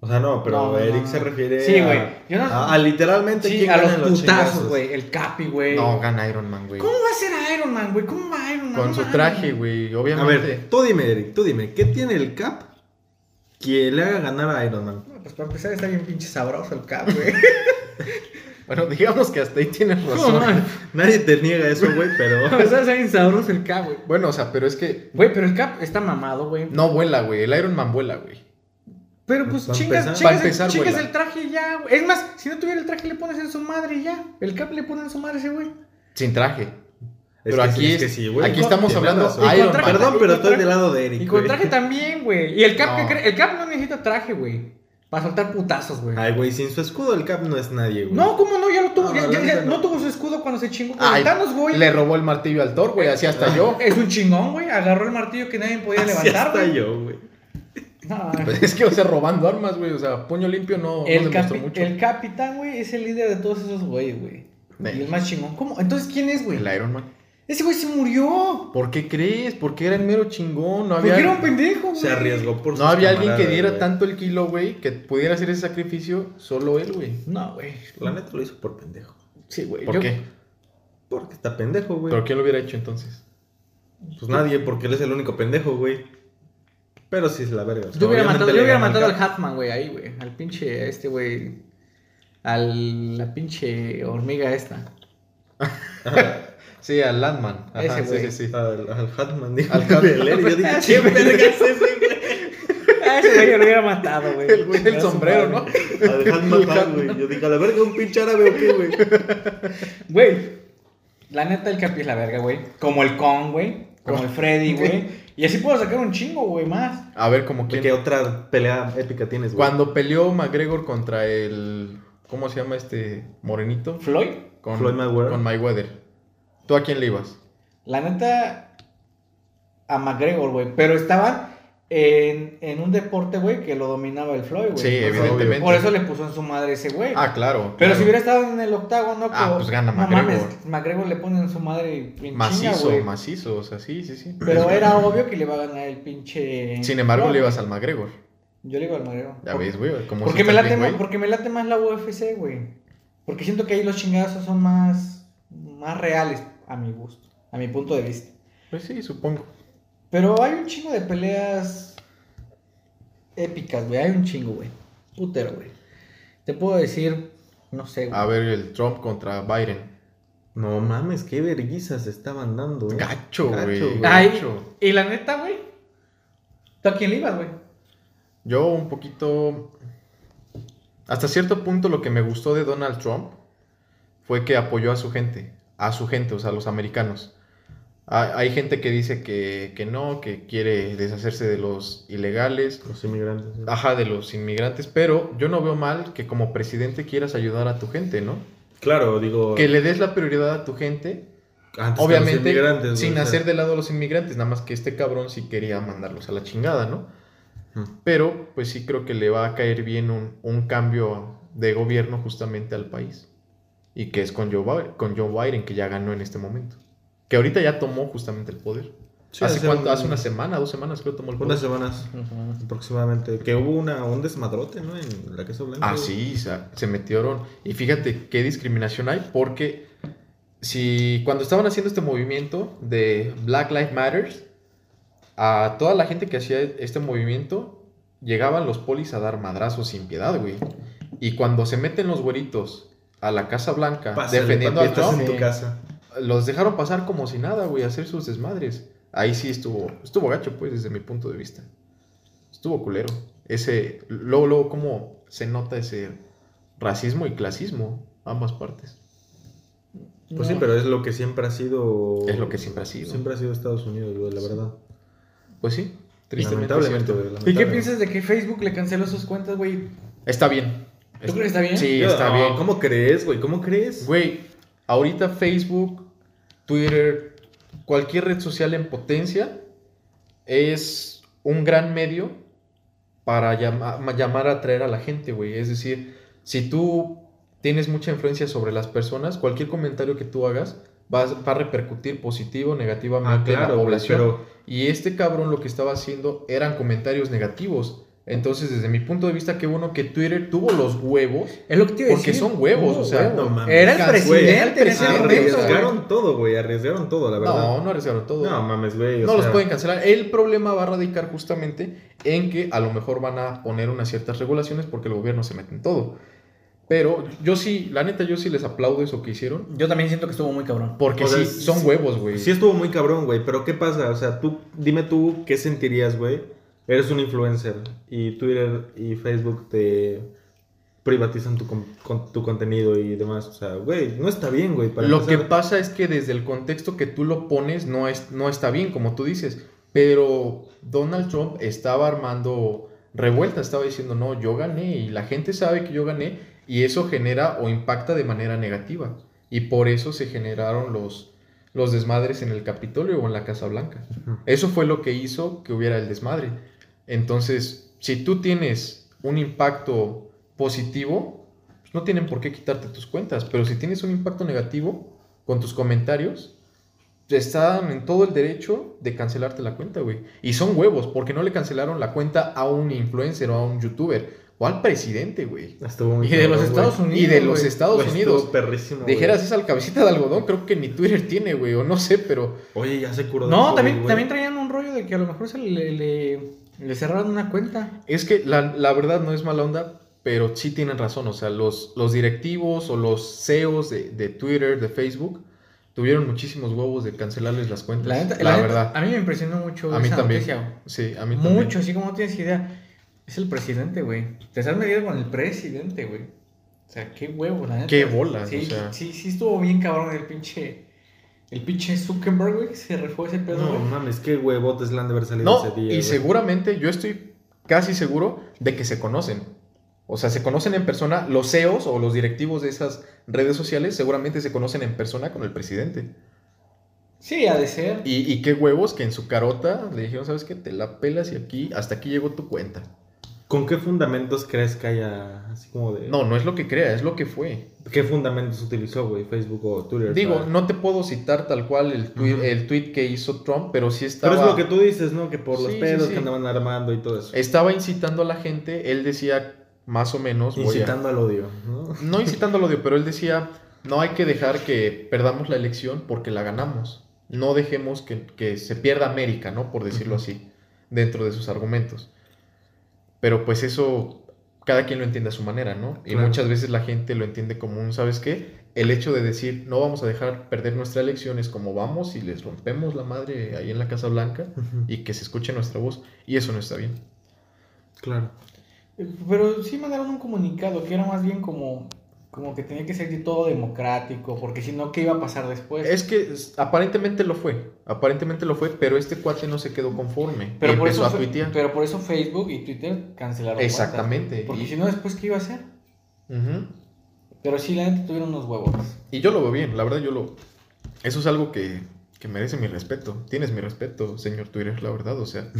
Speaker 2: O sea, no, pero
Speaker 3: No, no,
Speaker 2: Eric
Speaker 3: no.
Speaker 2: se refiere
Speaker 3: Sí,
Speaker 2: a-
Speaker 3: güey. Yo no-
Speaker 2: a, a Ah,
Speaker 1: este
Speaker 2: literalmente
Speaker 3: Sí,
Speaker 2: quién
Speaker 3: a los
Speaker 2: gana en
Speaker 3: putazos,
Speaker 2: chingazos.
Speaker 3: güey. El Capi, güey.
Speaker 1: No, gana Iron Man, güey.
Speaker 3: ¿Cómo va a ser Iron Man, güey? ¿Cómo va Iron Man?
Speaker 1: Con
Speaker 3: No
Speaker 1: su
Speaker 3: mames.
Speaker 1: traje, güey,
Speaker 2: A
Speaker 1: obviamente.
Speaker 2: ver, tú dime, Eric, tú dime, ¿qué tiene el Cap que le haga ganar a Iron Man?
Speaker 3: No, Pues para empezar está bien pinche sabroso el Cap,
Speaker 2: *laughs*
Speaker 3: güey.
Speaker 1: Bueno, digamos que hasta ahí tienes
Speaker 2: Pues
Speaker 1: razón.
Speaker 3: ¿Cómo no?
Speaker 2: Nadie te niega eso, güey, pero.
Speaker 3: Para *laughs* empezar está bien sabroso el Cap, güey.
Speaker 1: Bueno, o sea, pero es que
Speaker 3: Güey, pero el Cap está mamado, güey.
Speaker 1: no vuela, güey. El Iron Man vuela, güey.
Speaker 3: Pero pues
Speaker 2: Va a
Speaker 3: chingas,
Speaker 2: empezar-
Speaker 1: va a
Speaker 3: chingas, el-
Speaker 1: empezar,
Speaker 3: chingas
Speaker 1: güey.
Speaker 3: el traje ya, güey. Es más, si no tuviera el traje le pones en su madre y ya. El Cap le ponen en su madre ese güey.
Speaker 1: Sin traje.
Speaker 2: Es
Speaker 1: Pero
Speaker 2: que
Speaker 1: aquí
Speaker 2: sí,
Speaker 1: es-
Speaker 2: que sí, güey.
Speaker 1: aquí estamos
Speaker 2: Tienes
Speaker 1: hablando
Speaker 2: razón. Ah,
Speaker 1: Iron Man.
Speaker 3: traje-
Speaker 2: Perdón,
Speaker 3: y
Speaker 2: pero
Speaker 3: con
Speaker 2: estoy
Speaker 3: traje-
Speaker 2: del lado de Eric.
Speaker 3: Y con
Speaker 2: güey.
Speaker 3: traje también, güey. Y el Cap,
Speaker 1: No.
Speaker 3: ¿qué crees? El Cap no necesita traje, güey. Para soltar putazos, güey.
Speaker 2: Ay, güey, sin su escudo el Cap no es nadie, güey.
Speaker 3: No, ¿cómo no? Ya lo tuvo.
Speaker 2: No,
Speaker 3: ya-
Speaker 2: la
Speaker 3: ya- ya
Speaker 2: neta no.
Speaker 3: no tuvo su escudo cuando se chingó con
Speaker 1: Ay,
Speaker 3: Thanos, güey.
Speaker 1: le robó el martillo al Thor, güey. Así hasta *laughs*
Speaker 2: Ah.
Speaker 1: yo.
Speaker 3: Es un chingón, güey. Agarró el martillo que nadie podía
Speaker 2: Así
Speaker 3: levantar,
Speaker 2: hasta
Speaker 3: güey.
Speaker 2: yo, güey.
Speaker 3: No,
Speaker 1: Pues es que, o sea, robando armas, güey. O sea, puño limpio no, no
Speaker 3: el,
Speaker 1: demostró
Speaker 3: capi-
Speaker 1: mucho.
Speaker 3: el capitán, güey, es el líder de todos esos güeyes, güey.
Speaker 1: Sí.
Speaker 3: Y el más chingón. ¿Cómo? Entonces, ¿quién es, güey?
Speaker 1: El Iron Man.
Speaker 3: Ese güey se murió.
Speaker 1: ¿Por qué crees? ¿Por qué era el mero chingón? No
Speaker 3: Porque
Speaker 1: había,
Speaker 3: era un pendejo, güey.
Speaker 2: Se arriesgó por
Speaker 1: no
Speaker 2: sus
Speaker 1: había alguien que
Speaker 2: camaradas,
Speaker 1: diera
Speaker 2: güey.
Speaker 1: tanto el kilo, güey, que pudiera hacer ese sacrificio. Solo él, güey.
Speaker 3: No, güey.
Speaker 2: La neta lo hizo por pendejo.
Speaker 3: Sí, güey.
Speaker 1: ¿Por
Speaker 3: yo-
Speaker 1: qué?
Speaker 2: Porque está pendejo, güey.
Speaker 1: ¿Pero quién lo hubiera hecho entonces?
Speaker 2: Pues nadie, porque él es el único pendejo, güey. Pero sí es la verga. o sea,
Speaker 3: Yo hubiera
Speaker 2: obviamente
Speaker 3: matado,
Speaker 2: le
Speaker 3: yo hubiera
Speaker 2: gana
Speaker 3: matado al
Speaker 2: Cap.
Speaker 3: Hatman, güey, ahí, güey. Al pinche, a este, güey. Al, la pinche
Speaker 1: *laughs*
Speaker 3: hormiga esta.
Speaker 1: Sí, al Landman. Ajá,
Speaker 3: Ese,
Speaker 1: sí,
Speaker 3: güey.
Speaker 1: sí, sí.
Speaker 3: *laughs*
Speaker 2: Al, al Hatman, dijo.
Speaker 1: Al Hatman.
Speaker 2: Del Eric, Yo dije, ¿qué verga es ese,
Speaker 3: A ese güey lo hubiera matado, güey.
Speaker 1: El güey del
Speaker 3: A su
Speaker 1: sombrero,
Speaker 3: madre.
Speaker 1: ¿no?
Speaker 2: güey? Al Hatman, Hat, güey. Yo dije, a la verga, un pinche árabe, ¿o qué, güey?
Speaker 3: Güey. La neta, el Capi es la verga, güey. Como el Kong, güey. Como
Speaker 1: *laughs*
Speaker 3: el Freddy, güey. Y así puedo sacar un chingo, güey, más.
Speaker 1: A ver, como quién.
Speaker 2: ¿Qué otra pelea épica tienes, güey?
Speaker 1: Cuando peleó McGregor contra el. ¿Cómo se llama este morenito?
Speaker 3: Floyd.
Speaker 1: Con,
Speaker 2: Floyd Mayweather.
Speaker 1: Con Mayweather. ¿Tú a quién le ibas?
Speaker 3: La neta. A McGregor, güey. Pero estaban en, en un deporte, güey, que lo dominaba el Floyd, güey.
Speaker 1: Sí,
Speaker 3: O sea,
Speaker 1: evidentemente.
Speaker 3: Por eso le puso en su madre ese güey.
Speaker 1: Ah, claro.
Speaker 3: Pero
Speaker 1: claro.
Speaker 3: si hubiera estado en el octágono,
Speaker 1: Ah, pues gana McGregor.
Speaker 3: mames, McGregor le pone en su madre bien
Speaker 1: Macizo,
Speaker 3: chinga, güey.
Speaker 1: macizo, o sea, sí, sí, sí.
Speaker 3: Pero era obvio que le iba a ganar el pinche.
Speaker 1: Sin embargo,
Speaker 3: Floyd.
Speaker 1: le ibas al McGregor.
Speaker 3: Yo le iba al McGregor.
Speaker 1: Ya ves, güey. Como
Speaker 3: Porque me, late más, porque me late más la UFC, güey. Porque siento que ahí los chingazos son más, más reales, a mi gusto, a mi punto de vista.
Speaker 1: Pues sí, supongo.
Speaker 3: Pero hay un chingo de peleas épicas, güey. Hay un chingo, güey. Putero, güey. Te puedo decir, no sé, güey.
Speaker 1: A ver, el Trump contra Biden.
Speaker 2: No mames, qué verguizas estaban dando, eh.
Speaker 1: Gacho, güey.
Speaker 3: Ay,
Speaker 1: gacho.
Speaker 3: y la neta, güey. ¿Tú a quién le ibas, güey?
Speaker 1: Yo un poquito... Hasta cierto punto lo que me gustó de Donald Trump fue que apoyó a su gente, a su gente, o sea, a los americanos. Ha- Hay gente que dice que, que no, que quiere deshacerse de los ilegales,
Speaker 2: Los inmigrantes. eh.
Speaker 1: ajá, de los inmigrantes, pero yo no veo mal que como presidente quieras ayudar a tu gente, ¿no?
Speaker 2: Claro, digo.
Speaker 1: Que le des la prioridad a tu gente
Speaker 2: antes que los
Speaker 1: Obviamente,
Speaker 2: inmigrantes, güey,
Speaker 1: sin
Speaker 2: o sea.
Speaker 1: hacer de lado a los inmigrantes, nada más que este cabrón sí quería mandarlos a la chingada, ¿no?
Speaker 2: Ujú.
Speaker 1: Pero, pues sí creo que le va a caer bien un, un cambio de gobierno justamente al país. Y que es con Joe, Biden, con Joe Biden, que ya ganó en este momento. Que ahorita ya tomó justamente el poder.
Speaker 2: Sí,
Speaker 1: ¿Hace, cuánto?
Speaker 2: un-
Speaker 1: Hace una semana, dos semanas creo tomó el poder.
Speaker 2: Unas semanas aproximadamente. Que hubo una, un desmadrote, ¿no? En la Casa Blanca.
Speaker 1: Ah,
Speaker 2: güey.
Speaker 1: sí, o sea, se metieron. Y fíjate qué discriminación hay, porque si cuando estaban haciendo este movimiento de Black Lives Matter, a toda la gente que hacía este movimiento, llegaban los polis a dar madrazos sin piedad, güey. Y cuando se meten los güeritos a la Casa Blanca
Speaker 2: Pásale,
Speaker 1: defendiendo
Speaker 2: papi,
Speaker 1: a
Speaker 2: estás
Speaker 1: Trump,
Speaker 2: en tu
Speaker 3: Sí.
Speaker 2: casa.
Speaker 1: los dejaron pasar como si nada, güey, a hacer sus desmadres. Ahí sí estuvo, estuvo gacho, pues, desde mi punto de vista. Estuvo culero. Ese, luego, luego, cómo se nota ese racismo y clasismo, ambas partes.
Speaker 2: Pues sí, pero es lo que siempre ha sido.
Speaker 1: Es lo que siempre ha sido.
Speaker 2: Siempre ha sido Estados Unidos, güey, la verdad.
Speaker 1: Pues sí, tristemente.
Speaker 2: Lamentablemente,
Speaker 1: cierto.
Speaker 2: güey.
Speaker 3: ¿Y qué
Speaker 2: lamentablemente.
Speaker 3: piensas de que Facebook le canceló sus cuentas, güey?
Speaker 1: Está bien.
Speaker 3: crees que está bien?
Speaker 1: Sí,
Speaker 2: Yo-
Speaker 1: está
Speaker 2: no,
Speaker 1: bien.
Speaker 2: ¿Cómo crees, güey? ¿Cómo crees?
Speaker 1: Güey, ahorita Facebook, Twitter, cualquier red social en potencia es un gran medio para llama- ma- llamar a atraer a la gente, güey. Es decir, si tú tienes mucha influencia sobre las personas, cualquier comentario que tú hagas va, a- va a repercutir positivo o negativamente
Speaker 2: Ah,
Speaker 1: en la
Speaker 2: claro, güey,
Speaker 1: población.
Speaker 2: pero
Speaker 1: Y este cabrón lo que estaba haciendo eran comentarios negativos. Entonces, desde mi punto de vista, qué bueno que Twitter tuvo los huevos.
Speaker 3: Es lo que te iba a
Speaker 1: Porque
Speaker 3: decir.
Speaker 1: son huevos,
Speaker 3: Tuvo
Speaker 1: o sea,
Speaker 3: huevos.
Speaker 2: no mames.
Speaker 3: Era el
Speaker 1: Güey,
Speaker 3: presidente.
Speaker 1: era el presidente,
Speaker 3: en ese momento,
Speaker 1: claro.
Speaker 3: güey.
Speaker 2: Arriesgaron todo, güey. Arriesgaron todo, la verdad.
Speaker 1: No, no arriesgaron todo.
Speaker 2: No, mames, güey. o
Speaker 1: No los
Speaker 2: sea,
Speaker 1: pueden cancelar. El problema va a radicar justamente en que a lo mejor van a poner unas ciertas regulaciones porque el gobierno se mete en todo. Pero yo sí, la neta, yo sí les aplaudo eso que hicieron.
Speaker 3: Yo también siento que estuvo muy cabrón.
Speaker 1: Porque
Speaker 2: O
Speaker 1: sí,
Speaker 2: sea, sí-
Speaker 1: son huevos, güey.
Speaker 2: pues Sí estuvo muy cabrón, güey, pero ¿qué pasa? O sea, tú, dime tú qué sentirías, güey. Eres un influencer y Twitter y Facebook te privatizan tu, con- con- tu contenido y demás. O sea, güey, no está bien, güey. para
Speaker 1: Lo que
Speaker 2: empezar.
Speaker 1: pasa es que desde el contexto que tú lo pones no, es, no está bien, como tú dices. Pero Donald Trump estaba armando revuelta, estaba diciendo, no, yo gané y la gente sabe que yo gané y eso genera o impacta de manera negativa. Y por eso se generaron los, los desmadres en el Capitolio o en la Casa Blanca.
Speaker 2: Ujú.
Speaker 1: Eso fue lo que hizo que hubiera el desmadre. Entonces, si tú tienes un impacto positivo, pues no tienen por qué quitarte tus cuentas. Pero si tienes un impacto negativo con tus comentarios, están en todo el derecho de cancelarte la cuenta, güey. Y son huevos, porque no le cancelaron la cuenta a un influencer o a un youtuber o al presidente, güey.
Speaker 2: Estuvo muy
Speaker 1: Y de los
Speaker 2: cabrón, güey.
Speaker 1: Estados Unidos. Pues Y de los
Speaker 3: güey.
Speaker 1: Estados
Speaker 2: Güey, estuvo
Speaker 1: Unidos.
Speaker 2: perrísimo, güey.
Speaker 1: Dijeras esa cabecita de algodón, creo que ni Twitter tiene, güey, o no sé, pero
Speaker 2: Oye, ya se curó. del
Speaker 3: No,
Speaker 2: COVID,
Speaker 3: también,
Speaker 2: güey.
Speaker 3: también traían un rollo de que a lo mejor se le, le, le cerraron una cuenta.
Speaker 1: Es que la, la verdad no es mala onda, pero sí tienen razón. O sea, los, los directivos o los CEOs de, de Twitter, de Facebook, tuvieron muchísimos huevos de cancelarles las cuentas.
Speaker 3: La,
Speaker 1: Pues, La,
Speaker 3: neta- la neta,
Speaker 1: verdad.
Speaker 3: A mí me impresionó mucho
Speaker 1: A mí
Speaker 3: esa
Speaker 1: también.
Speaker 3: noticia, güey.
Speaker 1: Sí, a mí también.
Speaker 3: Mucho, así como no tienes idea. Es el presidente, güey. Te estás metiendo con el presidente, güey. O sea, qué huevo, la neta.
Speaker 1: Qué bola,
Speaker 3: Sí,
Speaker 1: o sea.
Speaker 3: sí, sí estuvo bien cabrón el pinche... El pinche Zuckerberg, güey, que se refó ese pedo,
Speaker 2: No
Speaker 3: güey.
Speaker 2: mames, qué huevotes le han de haber salido
Speaker 1: No,
Speaker 2: ese día.
Speaker 1: y
Speaker 2: güey.
Speaker 1: seguramente, yo estoy casi seguro de que se conocen. O sea, se conocen en persona. Los CEOs o los directivos de esas redes sociales seguramente se conocen en persona con el presidente.
Speaker 3: Sí, ha de ser.
Speaker 1: Y, y qué huevos que en su carota le dijeron, ¿sabes qué? Te la pelas y aquí, hasta aquí llegó tu cuenta.
Speaker 2: ¿Con qué fundamentos crees que haya así como de.?
Speaker 1: No, no es lo que crea, es lo que fue.
Speaker 2: ¿Qué fundamentos utilizó, güey? Facebook o Twitter.
Speaker 1: Digo,
Speaker 2: para-
Speaker 1: no te puedo citar tal cual el tweet,
Speaker 2: Ujú.
Speaker 1: el tweet que hizo Trump, pero sí
Speaker 2: Pero
Speaker 1: estaba,
Speaker 2: es lo que tú dices, ¿no? Que por los
Speaker 1: Sí, sí,
Speaker 2: pedos
Speaker 1: sí. Eh,
Speaker 2: que andaban armando y todo eso.
Speaker 1: estaba incitando a la gente. Él decía, más o menos, pues, voy a-
Speaker 2: Incitando al odio, ¿no?
Speaker 1: *laughs* no incitando al odio, pero él decía, no hay que dejar que perdamos la elección porque la ganamos. No dejemos que, que se pierda América, ¿no? Por decirlo
Speaker 2: Ujú.
Speaker 1: así, dentro de sus argumentos. Pero pues eso, cada quien lo entiende a su manera, ¿no? Y
Speaker 2: Claro.
Speaker 1: muchas veces la gente lo entiende como un, ¿sabes qué? El hecho de decir, no vamos a dejar perder nuestra elección es como vamos y les rompemos la madre ahí en la Casa Blanca y que se escuche nuestra voz. Y eso no está bien.
Speaker 2: Claro.
Speaker 3: Pero sí mandaron un comunicado que era más bien como... Como que tenía que ser todo democrático, porque si no, ¿qué iba a pasar después?
Speaker 1: Es que es- aparentemente lo fue, aparentemente lo fue, pero este cuate no se quedó conforme.
Speaker 3: Pero
Speaker 1: y
Speaker 3: por,
Speaker 1: empezó
Speaker 3: eso
Speaker 1: a
Speaker 3: fe-
Speaker 1: tuitear.
Speaker 3: pero por eso Facebook y Twitter cancelaron. cuentas.
Speaker 1: Exactamente.
Speaker 3: Porque
Speaker 1: Y-
Speaker 3: si no, después, ¿qué iba a hacer?
Speaker 1: Ujú.
Speaker 3: Pero sí, la neta tuvieron unos huevos.
Speaker 1: Y yo lo veo bien, la verdad yo lo... Eso es algo que, que merece mi respeto. Tienes mi respeto, señor Twitter, la verdad, o sea.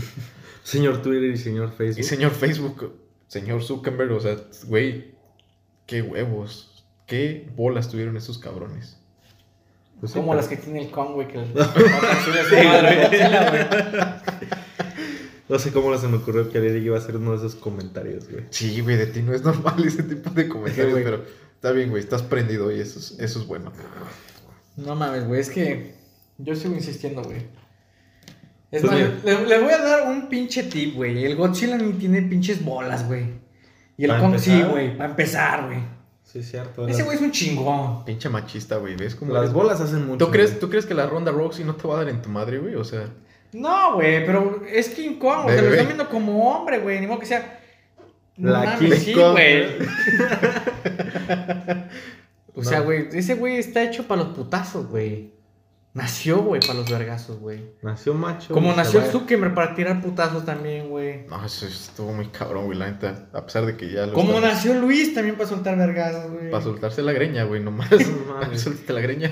Speaker 2: Señor Twitter y señor
Speaker 1: Y
Speaker 2: Facebook.
Speaker 1: señor Facebook, señor Zuckerberg, o sea, güey, qué huevos, qué bolas tuvieron esos cabrones.
Speaker 2: Pues sí,
Speaker 3: Como
Speaker 2: pero-
Speaker 1: *laughs*
Speaker 2: *laughs*
Speaker 3: las que tiene el Conway que no cancela su madre, cancela, güey.
Speaker 2: *laughs* No sé cómo se me ocurrió que Eric iba a hacer uno de esos comentarios, güey.
Speaker 1: Sí, güey, de ti no es *laughs* normal ese tipo de comentarios,
Speaker 3: güey.
Speaker 1: pero está bien, güey, estás prendido y eso es, eso es bueno.
Speaker 3: No mames, güey, es que yo sigo insistiendo, güey. Es
Speaker 2: Pues
Speaker 3: más,
Speaker 2: mira.
Speaker 3: le, le voy a dar un pinche tip, güey. El Godzilla ni tiene pinches bolas, güey. Y el
Speaker 2: ¿Para
Speaker 3: Kong sí,
Speaker 2: empezar?
Speaker 3: güey, para empezar, güey.
Speaker 2: Sí, es cierto.
Speaker 3: Ese
Speaker 2: Las,
Speaker 3: güey es un chingón.
Speaker 1: Pinche machista, güey, ¿ves cómo
Speaker 2: las
Speaker 1: eres?
Speaker 2: bolas hacen mucho.
Speaker 1: ¿Tú crees,
Speaker 2: güey.
Speaker 1: ¿Tú crees que la ronda Rousey no te va a dar en tu madre, güey? O sea,
Speaker 3: No, güey, pero es King Kong, o sea, lo
Speaker 1: Bebé.
Speaker 3: están viendo como hombre, güey. Ni modo que sea. No
Speaker 2: La
Speaker 3: mames,
Speaker 2: King
Speaker 3: sí,
Speaker 2: Kong,
Speaker 3: güey.
Speaker 2: güey.
Speaker 3: O sea,
Speaker 2: No.
Speaker 3: güey, ese güey está hecho para los putazos, güey. Nació, güey, para los vergazos, güey.
Speaker 2: Nació macho.
Speaker 3: Como
Speaker 2: güey,
Speaker 3: nació
Speaker 2: *laughs*
Speaker 3: el
Speaker 2: se va-
Speaker 3: Zuckerberg para tirar putazos también, güey.
Speaker 1: no, eso estuvo muy cabrón, güey, la neta. A pesar de que ya lo.
Speaker 3: Como
Speaker 1: están-
Speaker 3: nació Luis también para soltar vergazos, güey.
Speaker 1: Para soltarse la greña, güey, nomás. *laughs*
Speaker 2: *laughs* No
Speaker 1: Para
Speaker 2: mames.
Speaker 1: soltarte la greña.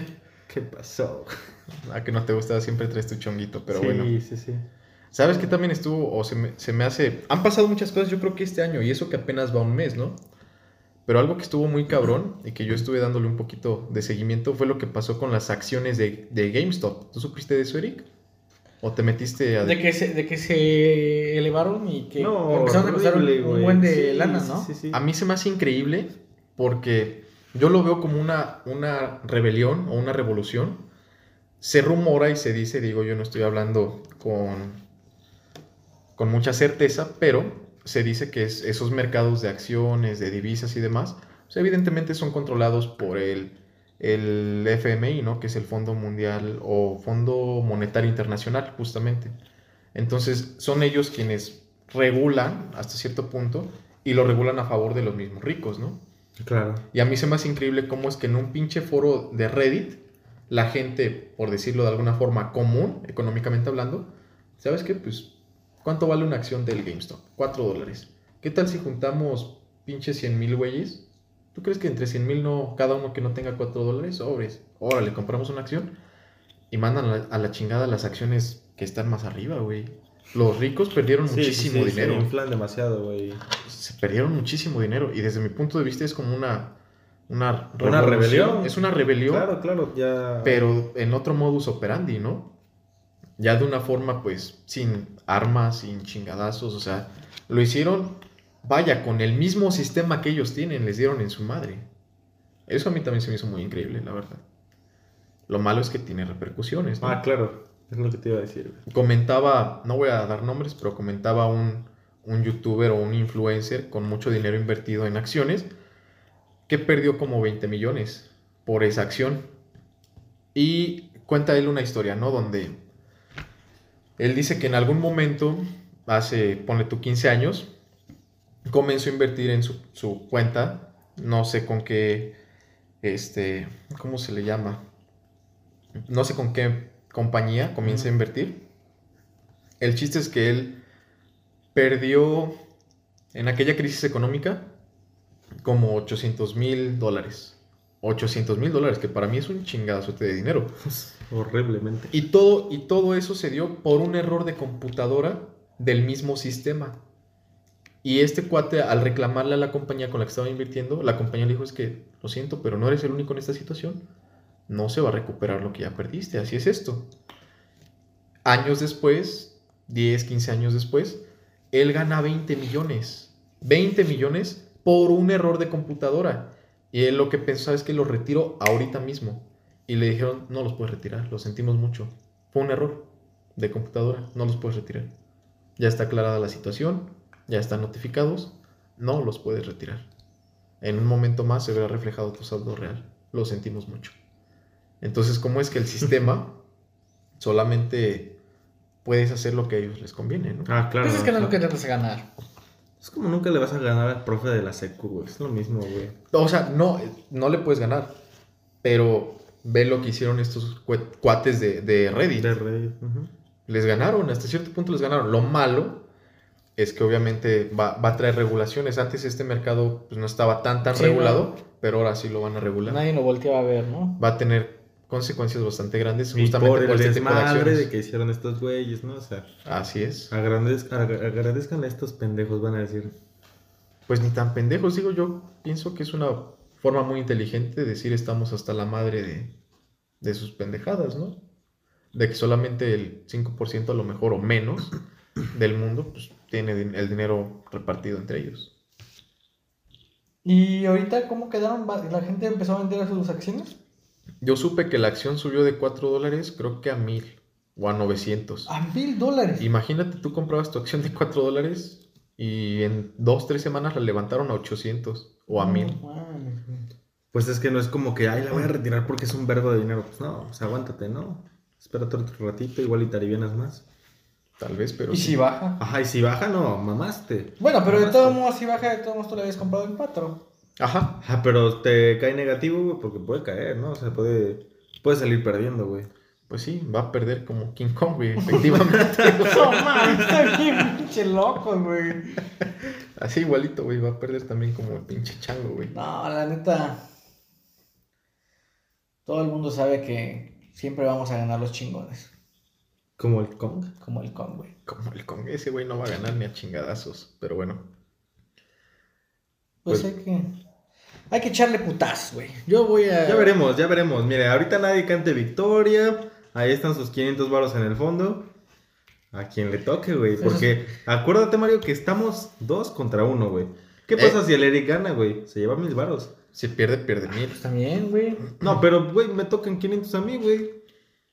Speaker 2: ¿Qué pasó?
Speaker 1: Ah, que no te gustaba, siempre traes tu chonguito, pero
Speaker 2: sí,
Speaker 1: bueno.
Speaker 2: sí, sí.
Speaker 1: ¿Sabes qué también estuvo? O se me, se me hace. Han pasado muchas cosas, yo creo que este año, y eso que apenas va un mes, ¿no? Pero algo que estuvo muy cabrón y que yo estuve dándole un poquito de seguimiento fue lo que pasó con las acciones de, de GameStop. ¿Tú supiste de eso, Eric? ¿O ¿O te metiste a...
Speaker 3: De que se, de que se elevaron y que
Speaker 2: No,
Speaker 3: empezaron a costar un,
Speaker 2: horrible,
Speaker 3: un
Speaker 2: güey.
Speaker 3: buen de
Speaker 2: Sí,
Speaker 3: lana,
Speaker 2: sí,
Speaker 3: ¿no?
Speaker 2: Sí, sí.
Speaker 1: A mí se me hace increíble porque yo lo veo como una, una rebelión o una revolución. Se rumora y se dice, digo, yo no estoy hablando con, con mucha certeza, pero se dice que es- esos mercados de acciones, de divisas y demás, pues, evidentemente son controlados por el, el FMI, ¿no? Que es el Fondo Mundial o Fondo Monetario Internacional, justamente. Entonces, son ellos quienes regulan hasta cierto punto y lo regulan a favor de los mismos ricos, ¿no?
Speaker 2: Claro.
Speaker 1: Y a mí se me hace increíble cómo es que en un pinche foro de Reddit, la gente, por decirlo de alguna forma común, económicamente hablando, ¿sabes qué? Pues, ¿cuánto vale una acción del GameStop? 4 dólares. ¿Qué tal si juntamos pinches 100 mil güeyes? ¿Tú crees que entre 100 mil no, cada uno que no tenga 4 dólares, sobres? Órale, compramos una acción y mandan a la, a la chingada las acciones que están más arriba, güey. Los ricos perdieron
Speaker 2: Sí,
Speaker 1: muchísimo
Speaker 2: sí, sí,
Speaker 1: dinero
Speaker 2: Se inflan demasiado, güey.
Speaker 1: pues, se perdieron muchísimo dinero y desde mi punto de vista es como una una,
Speaker 2: Una
Speaker 1: revolución.
Speaker 2: rebelión.
Speaker 1: es una rebelión
Speaker 2: Claro, claro, ya.
Speaker 1: pero en otro modus operandi no ya de una forma pues sin armas sin chingadazos o sea lo hicieron vaya con el mismo sistema que ellos tienen les dieron en su madre eso a mí también se me hizo muy increíble la verdad lo malo es que tiene repercusiones ¿no?
Speaker 2: Ah, claro. Es lo que te iba a decir, güey.
Speaker 1: comentaba, no voy a dar nombres, pero comentaba un, un youtuber o un influencer con mucho dinero invertido en acciones que perdió como 20 millones por esa acción. Y cuenta él una historia, ¿no? Donde él dice que en algún momento, hace, ponle tú 15 años, comenzó a invertir en su, su cuenta, no sé con qué, este, ¿cómo se le llama? No sé con qué compañía comienza a invertir. El chiste es que él perdió en aquella crisis económica como 800 mil dólares. 800 mil dólares, que para mí es un chingazo de dinero.
Speaker 2: Horriblemente.
Speaker 1: Y todo, y todo eso se dio por un error de computadora del mismo sistema. Y este cuate, al reclamarle a la compañía con la que estaba invirtiendo, la compañía le dijo, es que, lo siento, pero no eres el único en esta situación. No se va a recuperar lo que ya perdiste, así es esto. Años después, 10, 15 años después, él gana 20 millones. 20 millones por un error de computadora. Y él lo que pensó es que lo retiro ahorita mismo. Y le dijeron, no los puedes retirar, lo sentimos mucho. Fue un error de computadora, no los puedes retirar. Ya está aclarada la situación, ya están notificados, no los puedes retirar. En un momento más se verá reflejado tu saldo real, lo sentimos mucho. Entonces, ¿cómo es que el sistema solamente puedes hacer lo que a ellos les conviene? ¿no?
Speaker 2: Ah, claro.
Speaker 3: Pues es que no es
Speaker 2: ajá.
Speaker 3: lo que te vas a ganar.
Speaker 2: Es como nunca le vas a ganar al profe de la secu, güey. Es lo mismo, güey.
Speaker 1: O sea, no, no le puedes ganar, pero ve lo que hicieron estos cue- cuates de, de Reddit.
Speaker 2: De rey. ujú.
Speaker 1: les ganaron, hasta cierto punto les ganaron. Lo malo es que obviamente va, va a traer regulaciones. Antes este mercado pues, no estaba tan tan
Speaker 3: Sí,
Speaker 1: regulado, pero ahora sí lo van a regular.
Speaker 3: Nadie lo volteaba a ver, ¿no?
Speaker 1: Va a tener consecuencias bastante grandes
Speaker 2: Y
Speaker 1: justamente por,
Speaker 2: por el
Speaker 1: este tipo de
Speaker 2: desmadre
Speaker 1: acciones.
Speaker 2: de que hicieron estos güeyes, ¿no? O sea,
Speaker 1: Así es.
Speaker 2: agradez- ag- agradezcan a estos pendejos, van a decir.
Speaker 1: Pues ni tan pendejos, digo yo. Pienso que es una forma muy inteligente de decir estamos hasta la madre de, de sus pendejadas, ¿no? De que solamente el 5% a lo mejor o
Speaker 3: *clears throat*
Speaker 1: menos del mundo pues, tiene din- el dinero repartido entre ellos.
Speaker 3: ¿Y ahorita cómo quedaron? Va- ¿La gente empezó a vender sus acciones?
Speaker 1: Yo supe que la acción subió de 4 dólares, creo que a 1000 o a 900.
Speaker 3: A mil dólares.
Speaker 1: Imagínate, tú comprabas tu acción de 4 dólares y en 2, 3 semanas la levantaron a 800 o a 1000.
Speaker 3: No mames, güey.
Speaker 2: Pues es que no es como que, ay, la voy a retirar porque es un verbo de dinero. Pues no, pues aguántate, ¿no? Espérate otro ratito, igual y te alivianas más.
Speaker 1: Tal vez, pero Ah.
Speaker 3: ¿Y si baja?
Speaker 2: Ajá, y si baja, no, mamaste.
Speaker 3: Bueno, pero de
Speaker 2: Mamaste.
Speaker 3: todos modos, si baja, de todos modos tú le habías comprado en cuatro. *laughs*
Speaker 1: Ajá.
Speaker 2: Ajá, pero te cae negativo, güey, porque puede caer, ¿no? O sea, puede, puede salir perdiendo, güey.
Speaker 1: Pues sí, va a perder como King Kong, güey,
Speaker 2: *laughs*
Speaker 1: efectivamente.
Speaker 3: No mames, está bien pinche loco, güey.
Speaker 1: Así igualito, güey, va a perder también como el pinche chango, güey.
Speaker 3: No, la neta. Todo el mundo sabe que siempre vamos a ganar los chingones.
Speaker 2: Como el Kong.
Speaker 3: Como el con, güey.
Speaker 1: Como el Kong, ese güey no va a ganar ni a chingadazos, pero bueno.
Speaker 3: Pues,
Speaker 1: Pues-
Speaker 3: hay que. Hay que echarle putas, güey. Yo voy a.
Speaker 2: Ya veremos, ya veremos. Mire, ahorita nadie cante victoria. Ahí están sus 500 varos en el fondo. A quien le toque, güey.
Speaker 3: Eso
Speaker 2: Porque acuérdate, Mario, que estamos dos contra uno, güey. ¿Qué pasa
Speaker 1: Eh.
Speaker 2: si el Eric gana, güey? Se lleva mil varos.
Speaker 1: Si pierde, pierde mil.
Speaker 3: Pues también, güey.
Speaker 2: No, pero, güey, me tocan 500 a mí, güey.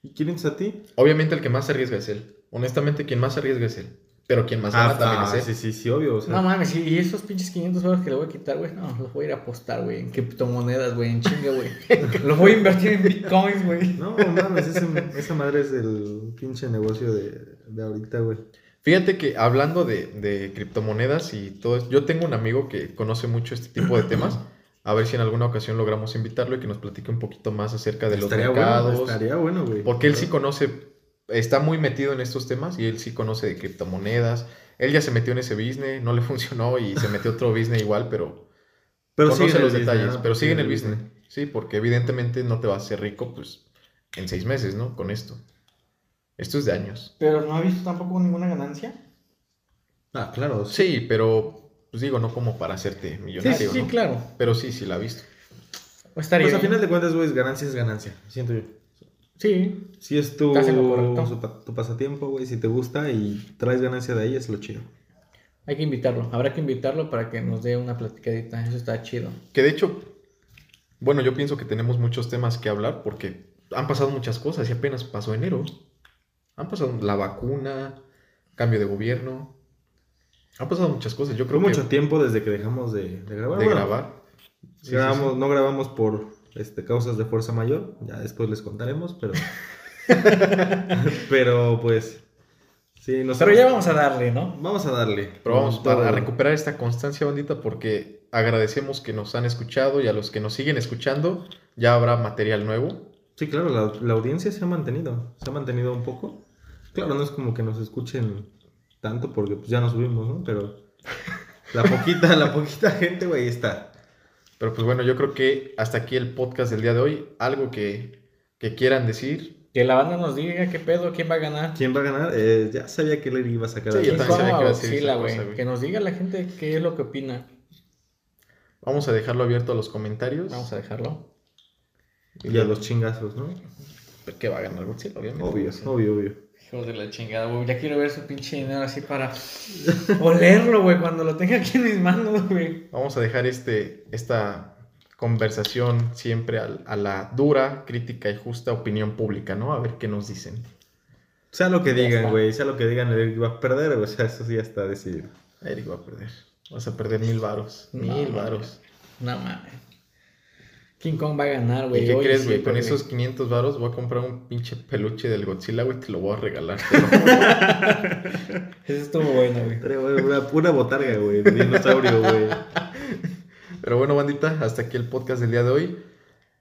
Speaker 2: Y 500 a ti.
Speaker 1: Obviamente el que más se arriesga es él. Honestamente, quien más se arriesga es él. Pero quien más gana también es él.
Speaker 2: Ah, sí, sí, sí, obvio. O sea,
Speaker 3: No mames, y- y esos pinches 500 dólares que le voy a quitar, güey. No, los voy a ir a apostar, güey. En criptomonedas, güey. En chinga, güey. los voy a invertir en bitcoins, güey.
Speaker 2: No, mames, ese- esa madre es el pinche negocio de, de ahorita, güey.
Speaker 1: Fíjate que hablando de, de criptomonedas y todo eso, yo tengo un amigo que conoce mucho este tipo de temas. A ver si en alguna ocasión logramos invitarlo y que nos platique un poquito más acerca de los mercados.
Speaker 2: bueno, estaría bueno, güey.
Speaker 1: Porque él sí conoce, está muy metido en estos temas y él sí conoce de criptomonedas. Él ya se metió en ese business, no le *laughs* funcionó y se metió otro business igual, pero, conoce
Speaker 2: sigue en el
Speaker 1: los
Speaker 2: business,
Speaker 1: detalles.
Speaker 2: ¿no?
Speaker 1: Pero sigue en el
Speaker 2: Sigue
Speaker 1: business. Sí, porque evidentemente no te vas a hacer rico pues en seis meses, ¿no? Con esto. Esto es de años.
Speaker 3: Pero no ha visto tampoco ninguna ganancia.
Speaker 2: Ah, claro. Sí.
Speaker 1: Sí, pero pues digo, no como para hacerte
Speaker 3: Sí, sí,
Speaker 1: millonario,
Speaker 3: sí,
Speaker 1: ¿no?
Speaker 3: claro.
Speaker 1: Pero sí, sí la he visto.
Speaker 3: Estaría
Speaker 2: Pues a
Speaker 3: bien.
Speaker 2: final de cuentas, güey, es ganancia es ganancia. Siento yo.
Speaker 3: Sí.
Speaker 2: Si es tu,
Speaker 3: Estás en lo correcto.
Speaker 2: su pa- tu pasatiempo, güey, si te gusta y traes ganancia de ahí, es lo chido.
Speaker 3: Hay que invitarlo. Habrá que invitarlo para que nos dé una platicadita. Eso está chido.
Speaker 1: Que de hecho, bueno, yo pienso que tenemos muchos temas que hablar porque han pasado muchas cosas y apenas pasó enero. Han pasado la vacuna, cambio de gobierno. Han pasado muchas cosas. Yo
Speaker 2: Fue
Speaker 1: creo que
Speaker 2: mucho tiempo desde que dejamos de, de grabar.
Speaker 1: de
Speaker 2: bueno,
Speaker 1: grabar. Sí, sí, sí.
Speaker 2: grabamos, No grabamos por este, causas de fuerza mayor. Ya después les contaremos,
Speaker 1: *laughs*
Speaker 2: pero. pero pues. Sí, nos
Speaker 3: Pero ya vamos a darle, ¿no?
Speaker 2: Vamos a darle.
Speaker 1: Pero vamos
Speaker 2: Con
Speaker 1: para
Speaker 2: todo.
Speaker 1: a recuperar esta constancia, bandita, porque agradecemos que nos han escuchado y a los que nos siguen escuchando ya habrá material nuevo.
Speaker 2: Sí, claro, la, la audiencia se ha mantenido. Se ha mantenido un poco. Claro, no es como que nos escuchen tanto porque pues, ya nos subimos, ¿no? Pero la poquita, la poquita gente, güey, ahí está.
Speaker 1: Pero pues bueno, yo creo que hasta aquí el podcast del día de hoy. Algo que, que quieran decir.
Speaker 3: Que la banda nos diga qué pedo, quién va a ganar.
Speaker 2: ¿Quién va a ganar? Eh, ya sabía que Larry iba a sacar
Speaker 1: Sí,
Speaker 2: algo.
Speaker 1: yo también sabía que iba a decir
Speaker 3: Sí, la
Speaker 1: esa
Speaker 3: güey.
Speaker 1: cosa, güey.
Speaker 3: Que nos diga la gente qué es lo que opina.
Speaker 1: Vamos a dejarlo abierto a los comentarios.
Speaker 3: Vamos a dejarlo.
Speaker 2: Y a los chingazos, ¿no?
Speaker 1: Pero pues, que va a ganar Godzilla, obviamente. Pues,
Speaker 2: Obvio,
Speaker 1: Sí.
Speaker 2: obvio, obvio.
Speaker 3: Hijos de la chingada, güey. Ya quiero ver su pinche dinero así para *laughs* olerlo, güey. Cuando lo tenga aquí en mis manos, güey.
Speaker 1: Vamos a dejar este, esta conversación siempre al- a, la dura, crítica y justa opinión pública, ¿no? A ver qué nos dicen.
Speaker 2: Sea lo que
Speaker 3: Ya
Speaker 2: digan,
Speaker 3: está.
Speaker 2: güey, sea lo que digan, Larry va a perder, güey, o sea, eso sí ya está decidido.
Speaker 1: Eric va a perder. Vas a perder mil varos.
Speaker 3: No,
Speaker 1: Mil
Speaker 3: no,
Speaker 1: varos.
Speaker 3: No mames. King Kong va a ganar, güey.
Speaker 1: ¿Y qué
Speaker 3: hoy
Speaker 1: crees, güey?
Speaker 3: siempre,
Speaker 1: Con esos 500 varos voy a comprar un pinche peluche del Godzilla, güey. Te lo voy a
Speaker 3: *laughs*
Speaker 1: regalar. te lo juro.
Speaker 3: Eso estuvo bueno, güey.
Speaker 2: Pero, güey, Una, una botarga, güey, de dinosaurio, güey.
Speaker 1: Pero bueno, bandita, hasta aquí el podcast del día de hoy.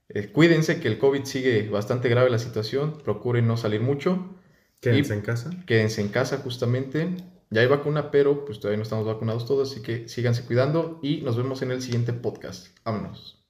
Speaker 1: Eh, cuídense que el COVID sigue bastante grave la situación. Procuren no salir mucho.
Speaker 2: Quédense en casa.
Speaker 1: quédense en casa justamente. Ya hay vacuna, pero pues todavía no estamos vacunados todos, así que síganse cuidando y nos vemos en el siguiente podcast. Vámonos.